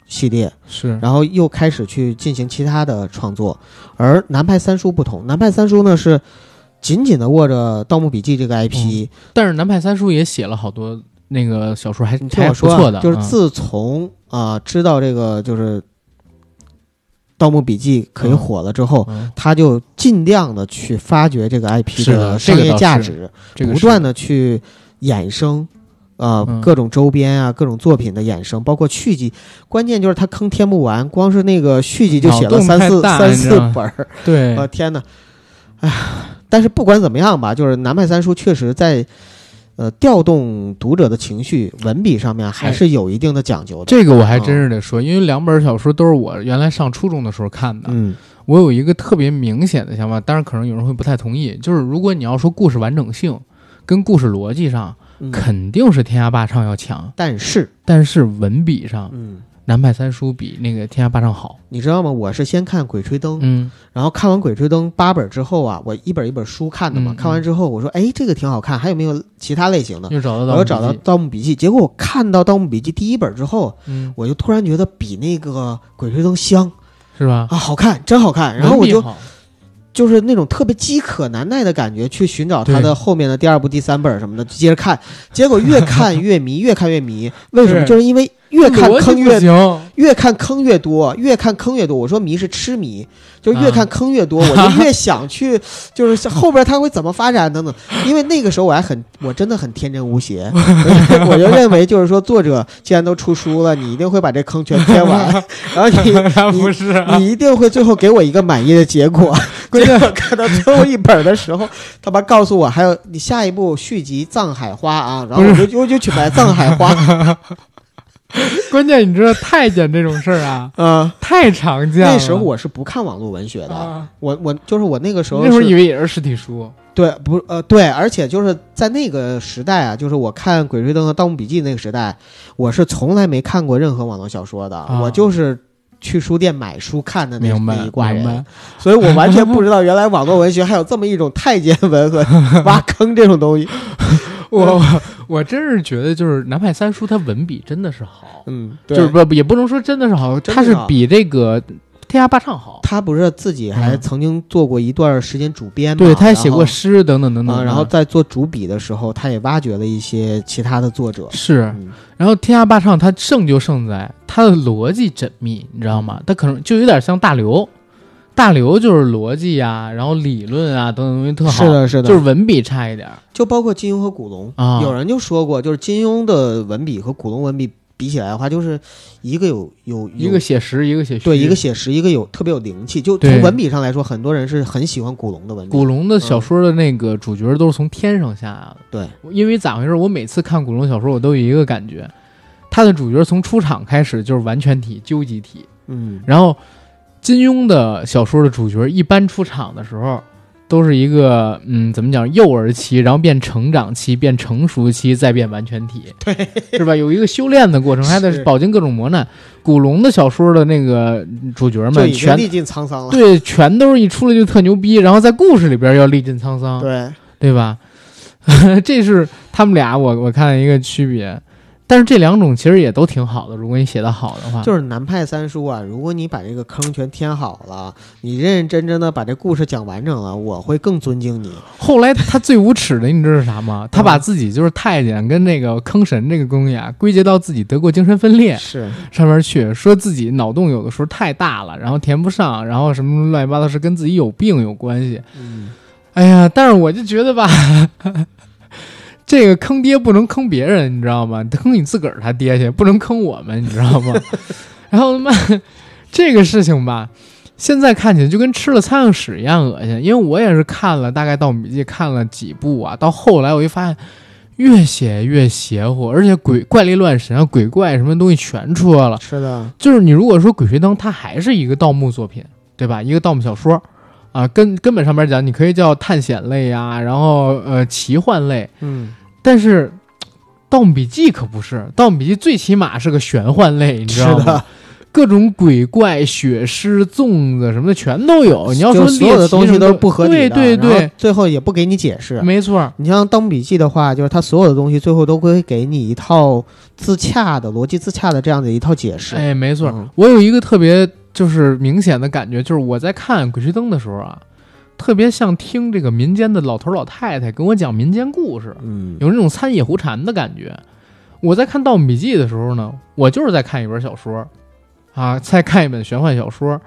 [SPEAKER 2] 系列，
[SPEAKER 1] 是
[SPEAKER 2] 然后又开始去进行其他的创作。而南派三叔不同，南派三叔呢是紧紧的握着《盗墓笔记》这个 IP，、
[SPEAKER 1] 但是南派三叔也写了好多那个小说还，还
[SPEAKER 2] 你听我
[SPEAKER 1] 不
[SPEAKER 2] 说
[SPEAKER 1] 错
[SPEAKER 2] 啊、
[SPEAKER 1] 的，
[SPEAKER 2] 就是
[SPEAKER 1] 嗯
[SPEAKER 2] 自从啊、知道这个就是《盗墓笔记》可以
[SPEAKER 1] 嗯
[SPEAKER 2] 火了之后。
[SPEAKER 1] 嗯
[SPEAKER 2] 他就尽量的去发掘这个 IP
[SPEAKER 1] 是的这
[SPEAKER 2] 的商
[SPEAKER 1] 个
[SPEAKER 2] 业
[SPEAKER 1] 倒
[SPEAKER 2] 价
[SPEAKER 1] 是
[SPEAKER 2] 值，
[SPEAKER 1] 这个
[SPEAKER 2] 不
[SPEAKER 1] 是
[SPEAKER 2] 断的去衍生，呃，
[SPEAKER 1] 嗯
[SPEAKER 2] 各种周边啊，各种作品的衍生，包括续集。关键就是他坑填不完，光是那个续集就
[SPEAKER 1] 脑
[SPEAKER 2] 写了
[SPEAKER 1] 洞
[SPEAKER 2] 三
[SPEAKER 1] 太
[SPEAKER 2] 四
[SPEAKER 1] 大
[SPEAKER 2] 三
[SPEAKER 1] 你知
[SPEAKER 2] 四
[SPEAKER 1] 道吗
[SPEAKER 2] 本儿，
[SPEAKER 1] 对
[SPEAKER 2] 我、天哪！哎，但是不管怎么样吧，就是南派三叔确实在。呃，调动读者的情绪，文笔上面还是有一定的讲究的。
[SPEAKER 1] 哎这个我还真是得说，因为两本小说都是我原来上初中的时候看的，
[SPEAKER 2] 嗯，
[SPEAKER 1] 我有一个特别明显的想法，当然可能有人会不太同意，就是如果你要说故事完整性跟故事逻辑上，
[SPEAKER 2] 嗯
[SPEAKER 1] 肯定是天下霸唱要强，
[SPEAKER 2] 但是，
[SPEAKER 1] 但是文笔上，
[SPEAKER 2] 嗯，
[SPEAKER 1] 南派三叔比那个天下霸唱好。
[SPEAKER 2] 你知道吗？我是先看《鬼吹灯》，
[SPEAKER 1] 嗯
[SPEAKER 2] 然后看完《鬼吹灯》八本之后啊，我一本一本书看的嘛，
[SPEAKER 1] 嗯
[SPEAKER 2] 看完之后我说，哎，这个挺好看，还有没有其他类型的？
[SPEAKER 1] 又找到
[SPEAKER 2] 我
[SPEAKER 1] 我
[SPEAKER 2] 又找到《盗墓笔记》，结果我看到《盗墓笔记》第一本之后，
[SPEAKER 1] 嗯，
[SPEAKER 2] 我就突然觉得比那个《鬼吹灯》香
[SPEAKER 1] 是吧？
[SPEAKER 2] 啊，好看，真好看。然后我
[SPEAKER 1] 文笔
[SPEAKER 2] 就
[SPEAKER 1] 好
[SPEAKER 2] 就是那种特别饥渴难耐的感觉，去寻找它
[SPEAKER 1] 对
[SPEAKER 2] 的后面的第二部、第三本什么的，接着看。结果越看越迷，越看越迷。为什么？
[SPEAKER 1] 是
[SPEAKER 2] 就是因为越看
[SPEAKER 1] 逻辑
[SPEAKER 2] 坑
[SPEAKER 1] 不
[SPEAKER 2] 越
[SPEAKER 1] 行，
[SPEAKER 2] 越看坑越多，越看坑越多。我说迷是痴迷，就是越看坑越多，我就越想去，就是像后边它会怎么发展等等。因为那个时候我还很，我真的很天真无邪，我就认为就是说，作者既然都出书了，你一定会把这坑全填完，然后你
[SPEAKER 1] 不是啊，
[SPEAKER 2] 你一定会最后给我一个满意的结果。
[SPEAKER 1] 关键
[SPEAKER 2] 结果看到最后一本的时候，他妈告诉我还有你下一部续集《藏海花》啊，然后我就我就去买《藏海花》
[SPEAKER 1] 关键你知道太监这种事儿 [laughs] 啊，
[SPEAKER 2] 啊。
[SPEAKER 1] 太常见了。
[SPEAKER 2] 那时候我是不看网络文学的，
[SPEAKER 1] 啊，
[SPEAKER 2] 我我就是我那个时候
[SPEAKER 1] 那时候
[SPEAKER 2] 是
[SPEAKER 1] 以为也是实体书，
[SPEAKER 2] 对不呃对，而且就是在那个时代啊，就是我看《鬼吹灯》和《盗墓笔记》那个时代，我是从来没看过任何网络小说的，
[SPEAKER 1] 啊
[SPEAKER 2] 我就是。去书店买书看的那
[SPEAKER 1] 明白
[SPEAKER 2] 那一挂
[SPEAKER 1] 明
[SPEAKER 2] 人
[SPEAKER 1] 白，
[SPEAKER 2] 所以我完全不知道原来网络文学还有这么一种太监文和
[SPEAKER 1] [laughs]
[SPEAKER 2] 挖坑这种东西。
[SPEAKER 1] 我我真是觉得就是南派三叔他文笔真的是好，
[SPEAKER 2] 嗯，
[SPEAKER 1] 就
[SPEAKER 2] 对
[SPEAKER 1] 是不也不能说真的是好，
[SPEAKER 2] 真
[SPEAKER 1] 他
[SPEAKER 2] 的是
[SPEAKER 1] 是
[SPEAKER 2] 好
[SPEAKER 1] 比这个天下霸唱好。
[SPEAKER 2] 他不是自己还
[SPEAKER 1] 嗯
[SPEAKER 2] 曾经做过一段时间主编嘛？
[SPEAKER 1] 对，他还写
[SPEAKER 2] 然后
[SPEAKER 1] 过嗯诗等等等等
[SPEAKER 2] 啊，
[SPEAKER 1] 的。
[SPEAKER 2] 然后在做主笔的时候，他也挖掘了一些其他的作者。
[SPEAKER 1] 是，
[SPEAKER 2] 嗯
[SPEAKER 1] 然后天下霸唱他胜就胜在他的逻辑缜密，你知道吗？他可能就有点像大刘，大刘就是逻辑呀、然后理论啊等等东西特好，
[SPEAKER 2] 是的，是的，
[SPEAKER 1] 就是文笔差一点儿
[SPEAKER 2] 就包括金庸和古龙，
[SPEAKER 1] 啊。
[SPEAKER 2] 有人就说过，就是金庸的文笔和古龙文笔比起来的话，就是一个有有
[SPEAKER 1] 一
[SPEAKER 2] 有
[SPEAKER 1] 个写实，一个写虚，
[SPEAKER 2] 对一个写实，一个有特别有灵气。就
[SPEAKER 1] 对
[SPEAKER 2] 从文笔上来说，很多人是很喜欢古龙的文
[SPEAKER 1] 古
[SPEAKER 2] 笔。
[SPEAKER 1] 龙的小说的那个主角都是从天上下来的。
[SPEAKER 2] 对，
[SPEAKER 1] 因为咋回事？我每次看古龙小说，我都有一个感觉，他的主角从出场开始就是完全体、究极体，
[SPEAKER 2] 嗯，
[SPEAKER 1] 然后金庸的小说的主角一般出场的时候。都是一个嗯，怎么讲？幼儿期，然后变成长期，变成熟期，再变完全体，对，是吧？有一个修炼的过程，还得
[SPEAKER 2] 是
[SPEAKER 1] 饱经各种磨难。古龙的小说的那个主角
[SPEAKER 2] 就
[SPEAKER 1] 们，
[SPEAKER 2] 已经
[SPEAKER 1] 全
[SPEAKER 2] 历尽沧桑了。
[SPEAKER 1] 对，全都是一出来就特牛逼，然后在故事里边要历尽沧桑，
[SPEAKER 2] 对，
[SPEAKER 1] 对吧？ [laughs] 这是他们俩我我看了一个区别，但是这两种其实也都挺好的，如果你写的好的话，
[SPEAKER 2] 就是南派三叔啊，如果你把这个坑全填好了，你认认真真的把这故事讲完整了，我会更尊敬你。
[SPEAKER 1] 后来他最无耻的，你知道是啥
[SPEAKER 2] [laughs] 啊
[SPEAKER 1] 吗？他把自己就是太监跟那个坑神这个东西啊，归结到自己得过精神分裂
[SPEAKER 2] 是，
[SPEAKER 1] 上面去，说自己脑洞有的时候太大了，然后填不上，然后什么乱七八糟是跟自己有病有关系。
[SPEAKER 2] 嗯，
[SPEAKER 1] 哎呀，但是我就觉得吧， [laughs] 这个坑爹不能坑别人，你知道吗？坑你自个儿他爹去，不能坑我们，你知道吗？然后他妈这个事情吧，现在看起来就跟吃了苍蝇屎一样恶心，因为我也是看了大概《盗墓笔记》看了几部啊，到后来我就发现。越写越邪乎，而且鬼怪力乱神啊，鬼怪什么东西全出来了。
[SPEAKER 2] 是的，
[SPEAKER 1] 就是你如果说《鬼吹灯》，它还是一个盗墓作品，对吧？一个盗墓小说，啊，根根本上面讲，你可以叫探险类啊，然后呃奇幻类，
[SPEAKER 2] 嗯，
[SPEAKER 1] 但是《盗墓笔记》可不是，《盗墓笔记》最起码是个玄幻类，你知
[SPEAKER 2] 是
[SPEAKER 1] 道吗
[SPEAKER 2] 的？，
[SPEAKER 1] 各种鬼怪、血尸、粽子什么的全都有。你要说
[SPEAKER 2] 就所有
[SPEAKER 1] 猎
[SPEAKER 2] 的
[SPEAKER 1] 奇
[SPEAKER 2] 东
[SPEAKER 1] 什
[SPEAKER 2] 西
[SPEAKER 1] 么
[SPEAKER 2] 都是不合理的，
[SPEAKER 1] 对对
[SPEAKER 2] 然
[SPEAKER 1] 对
[SPEAKER 2] 后，最后也不给你解释。
[SPEAKER 1] 没错儿，
[SPEAKER 2] 你像《盗墓笔记》的话，就是它所有的东西最后都会给你一套自洽的逻辑自洽的这样的一套解释。
[SPEAKER 1] 哎，没错儿。
[SPEAKER 2] 嗯
[SPEAKER 1] 我有一个特别就是明显的感觉，就是我在看《鬼吹灯》的时候啊，特别像听这个民间的老头老太太跟我讲民间故事，
[SPEAKER 2] 嗯，
[SPEAKER 1] 有那种参野胡禅的感觉。我在看《盗墓笔记》的时候呢，我就是在看一本小说，啊，在看一本玄幻小说，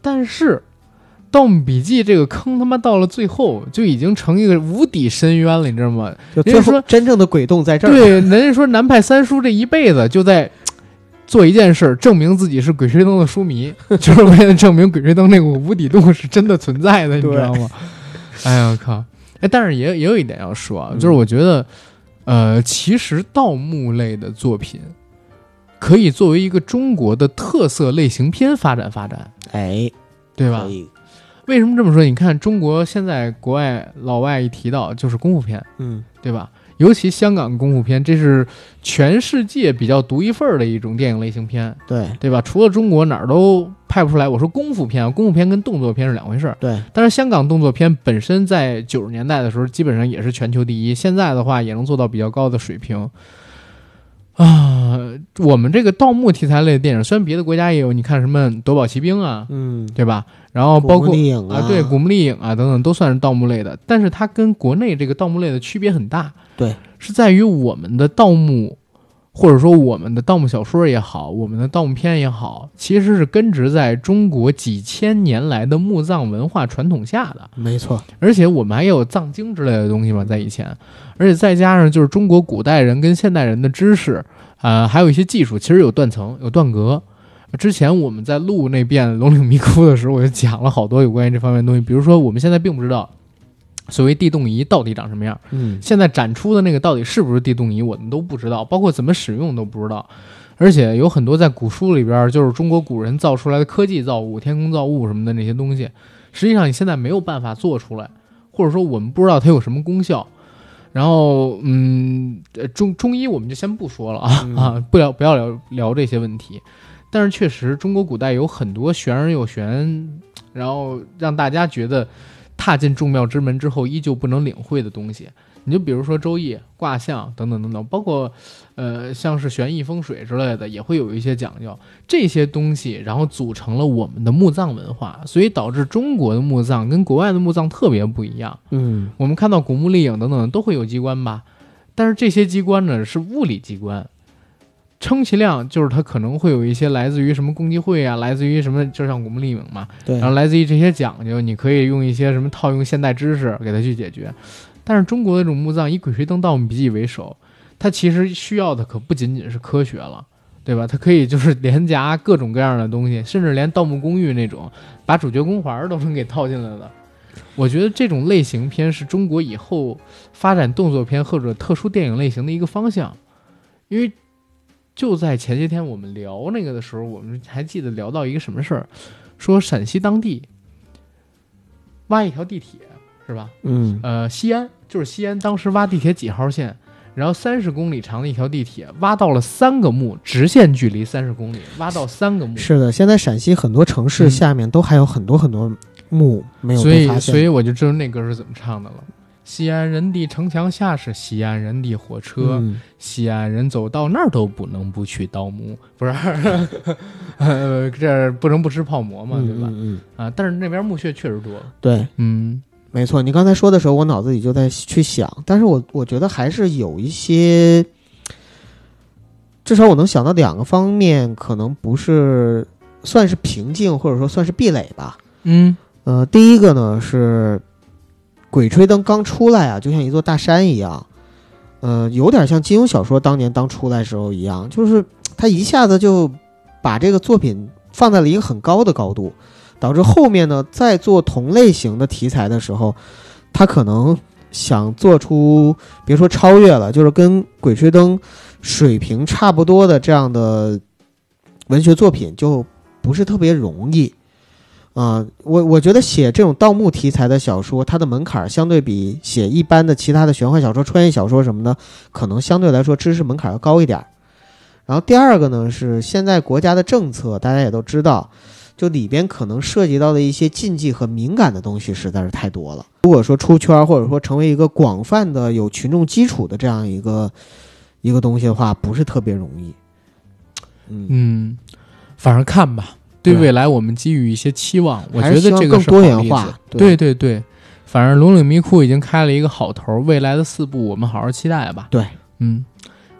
[SPEAKER 1] 但是《盗墓笔记》这个坑他妈到了最后就已经成一个无底深渊了，你知道吗？
[SPEAKER 2] 就最
[SPEAKER 1] 人家
[SPEAKER 2] 后
[SPEAKER 1] 说
[SPEAKER 2] 真正的鬼洞在这儿。
[SPEAKER 1] 对，人家说南派三叔这一辈子就在做一件事儿，证明自己是《鬼吹灯》的书
[SPEAKER 2] [laughs]
[SPEAKER 1] 迷，就是为了证明《鬼吹灯》那个无底洞是真的存在的，你知
[SPEAKER 2] 对
[SPEAKER 1] 道吗？哎呀，我靠！哎，但是也也有一点要说啊，
[SPEAKER 2] 嗯
[SPEAKER 1] 就是我觉得，呃，其实盗墓类的作品可以作为一个中国的特色类型片发展发展，
[SPEAKER 2] 哎，
[SPEAKER 1] 对吧
[SPEAKER 2] 可？以，
[SPEAKER 1] 为什么这么说？你看中国现在国外老外一提到就是功夫片，
[SPEAKER 2] 嗯，
[SPEAKER 1] 对吧？尤其香港功夫片，这是全世界比较独一份儿的一种电影类型片，
[SPEAKER 2] 对
[SPEAKER 1] 对吧？除了中国哪儿都拍不出来。我说功夫片啊，功夫片跟动作片是两回事儿。
[SPEAKER 2] 对，
[SPEAKER 1] 但是香港动作片本身在九十年代的时候，基本上也是全球第一，现在的话也能做到比较高的水平。啊，我们这个盗墓题材类的电影，虽然别的国家也有，你看什么《夺宝奇兵》啊，
[SPEAKER 2] 嗯，
[SPEAKER 1] 对吧？然后包
[SPEAKER 2] 古墓
[SPEAKER 1] 括
[SPEAKER 2] 丽影
[SPEAKER 1] 啊，对，古墓丽影啊等等，都算是盗墓类的。但是它跟国内这个盗墓类的区别很大，
[SPEAKER 2] 对，
[SPEAKER 1] 是在于我们的盗墓或者说我们的盗墓小说也好，我们的盗墓片也好，其实是根植在中国几千年来的墓葬文化传统下的。
[SPEAKER 2] 没错，
[SPEAKER 1] 而且我们还有藏经之类的东西嘛，在以前，而且再加上就是中国古代人跟现代人的知识，呃，还有一些技术，其实有断层，有断隔。之前我们在录那遍《龙岭迷窟》的时候，我就讲了好多有关于这方面的东西，比如说我们现在并不知道所谓地动仪到底长什么样，
[SPEAKER 2] 嗯，
[SPEAKER 1] 现在展出的那个到底是不是地动仪，我们都不知道，包括怎么使用都不知道。而且有很多在古书里边儿，就是中国古人造出来的科技造物、天工造物什么的那些东西，实际上你现在没有办法做出来，或者说我们不知道它有什么功效。然后，嗯，呃中中医我们就先不说了啊、
[SPEAKER 2] 嗯
[SPEAKER 1] 啊，不聊不要聊聊这些问题。但是确实，中国古代有很多玄而又玄，然后让大家觉得踏进众妙之门之后依旧不能领会的东西。你就比如说《周易》、卦象等等等等，包括呃像是玄易风水之类的，也会有一些讲究。这些东西，然后组成了我们的墓葬文化，所以导致中国的墓葬跟国外的墓葬特别不一样。
[SPEAKER 2] 嗯，
[SPEAKER 1] 我们看到古墓丽影等等都会有机关吧，但是这些机关呢是物理机关，充其量就是它可能会有一些来自于什么共济会啊，来自于什么，就像古墓丽影嘛，
[SPEAKER 2] 对
[SPEAKER 1] 然，后来自于这些讲究，你可以用一些什么套用现代知识给它去解决。但是中国的这种墓葬以《鬼吹灯》《盗墓笔记》为首，它其实需要的可不仅仅是科学了，对吧？它可以就是连夹各种各样的东西，甚至连《盗墓公寓》那种把主角光环儿都能给套进来的。 [laughs] 我觉得这种类型片是中国以后发展动作片或者特殊电影类型的一个方向，因为就在前些天我们聊那个的时候，我们还记得聊到一个什么事儿，说陕西当地挖一条地铁是吧？
[SPEAKER 2] 嗯，
[SPEAKER 1] 呃，西安就是西安，当时挖地铁几号线，然后三十公里长的一条地铁，挖到了三个墓，直线距离三十公里，挖到三个墓。
[SPEAKER 2] 是的，现在陕西很多城市
[SPEAKER 1] 嗯
[SPEAKER 2] 下面都还有很多很多墓没有
[SPEAKER 1] 所
[SPEAKER 2] 被
[SPEAKER 1] 以
[SPEAKER 2] 发，现，
[SPEAKER 1] 所以我就知道那歌是怎么唱的了。西安人的城墙下是西安人的火车，
[SPEAKER 2] 嗯，
[SPEAKER 1] 西安人走到那儿都不能不去盗墓，不是？ [laughs] 呃，这儿不能不吃泡馍嘛，
[SPEAKER 2] 嗯
[SPEAKER 1] 对吧？
[SPEAKER 2] 嗯，嗯
[SPEAKER 1] 啊，但是那边墓穴确实多。
[SPEAKER 2] 对，
[SPEAKER 1] 嗯
[SPEAKER 2] 没错，你刚才说的时候，我脑子里就在去想，但是我我觉得还是有一些，至少我能想到两个方面，可能不是算是瓶颈，或者说算是壁垒吧。
[SPEAKER 1] 嗯
[SPEAKER 2] 呃，第一个呢是《鬼吹灯》刚出来啊，就像一座大山一样，呃，有点像金庸小说当年当出来时候一样，就是他一下子就把这个作品放在了一个很高的高度，导致后面呢在做同类型的题材的时候，他可能想做出别说超越了，就是跟《鬼吹灯》水平差不多的这样的文学作品，就不是特别容易。啊、我我觉得写这种盗墓题材的小说，它的门槛儿相对比写一般的其他的玄幻小说、穿越小说什么的，可能相对来说知识门槛要高一点儿。然后第二个呢是现在国家的政策，大家也都知道，就里边可能涉及到的一些禁忌和敏感的东西实在是太多了。如果说出圈儿，或者说成为一个广泛的有群众基础的这样一个一个东西的话，不是特别容易。嗯，
[SPEAKER 1] 嗯，反正看吧，对
[SPEAKER 2] 对
[SPEAKER 1] 未来我们给予一些期望。我觉
[SPEAKER 2] 还是
[SPEAKER 1] 得
[SPEAKER 2] 希望
[SPEAKER 1] 这个
[SPEAKER 2] 更
[SPEAKER 1] 是
[SPEAKER 2] 多
[SPEAKER 1] 好
[SPEAKER 2] 元
[SPEAKER 1] 例
[SPEAKER 2] 化
[SPEAKER 1] 子
[SPEAKER 2] 对
[SPEAKER 1] 对对对，反正《龙岭迷窟》已经开了一个好头儿，未来的四部我们好好期待吧。
[SPEAKER 2] 对，
[SPEAKER 1] 嗯，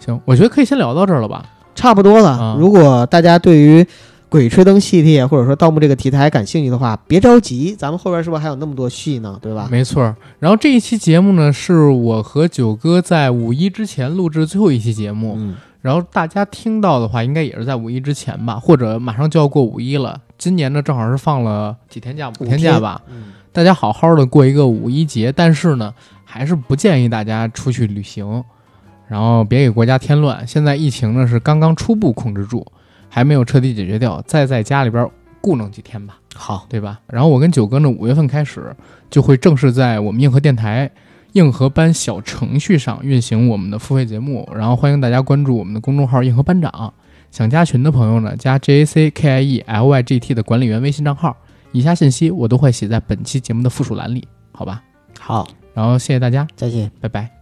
[SPEAKER 1] 行，我觉得可以先聊到这儿了吧。
[SPEAKER 2] 差不多了。
[SPEAKER 1] 啊
[SPEAKER 2] 如果大家对于《鬼吹灯》系列或者说《盗墓》这个题材感兴趣的话，别着急，咱们后边是不是还有那么多戏呢？对吧？
[SPEAKER 1] 没错儿。然后这一期节目呢，是我和九哥在五一之前录制最后一期节目。
[SPEAKER 2] 嗯，
[SPEAKER 1] 然后大家听到的话，应该也是在五一之前吧，或者马上就要过五一了。今年呢，正好是放了几天假，五
[SPEAKER 2] 五
[SPEAKER 1] 天
[SPEAKER 2] 天
[SPEAKER 1] 假吧。大家好好的过一个五一节，但是呢，还是不建议大家出去旅行，然后别给国家添乱。现在疫情呢是刚刚初步控制住，还没有彻底解决掉，再在家里边咕哝几天吧，
[SPEAKER 2] 好，
[SPEAKER 1] 对吧？然后我跟九哥呢，五月份开始就会正式在我们硬核电台。硬核班小程序上运行我们的付费节目，然后欢迎大家关注我们的公众号“硬核班长”。想加群的朋友呢，加 J A C K I E L Y G T 的管理员微信账号。以下信息我都会写在本期节目的附属栏里，好吧？
[SPEAKER 2] 好，
[SPEAKER 1] 然后谢谢大家，
[SPEAKER 2] 再见。
[SPEAKER 1] 拜拜。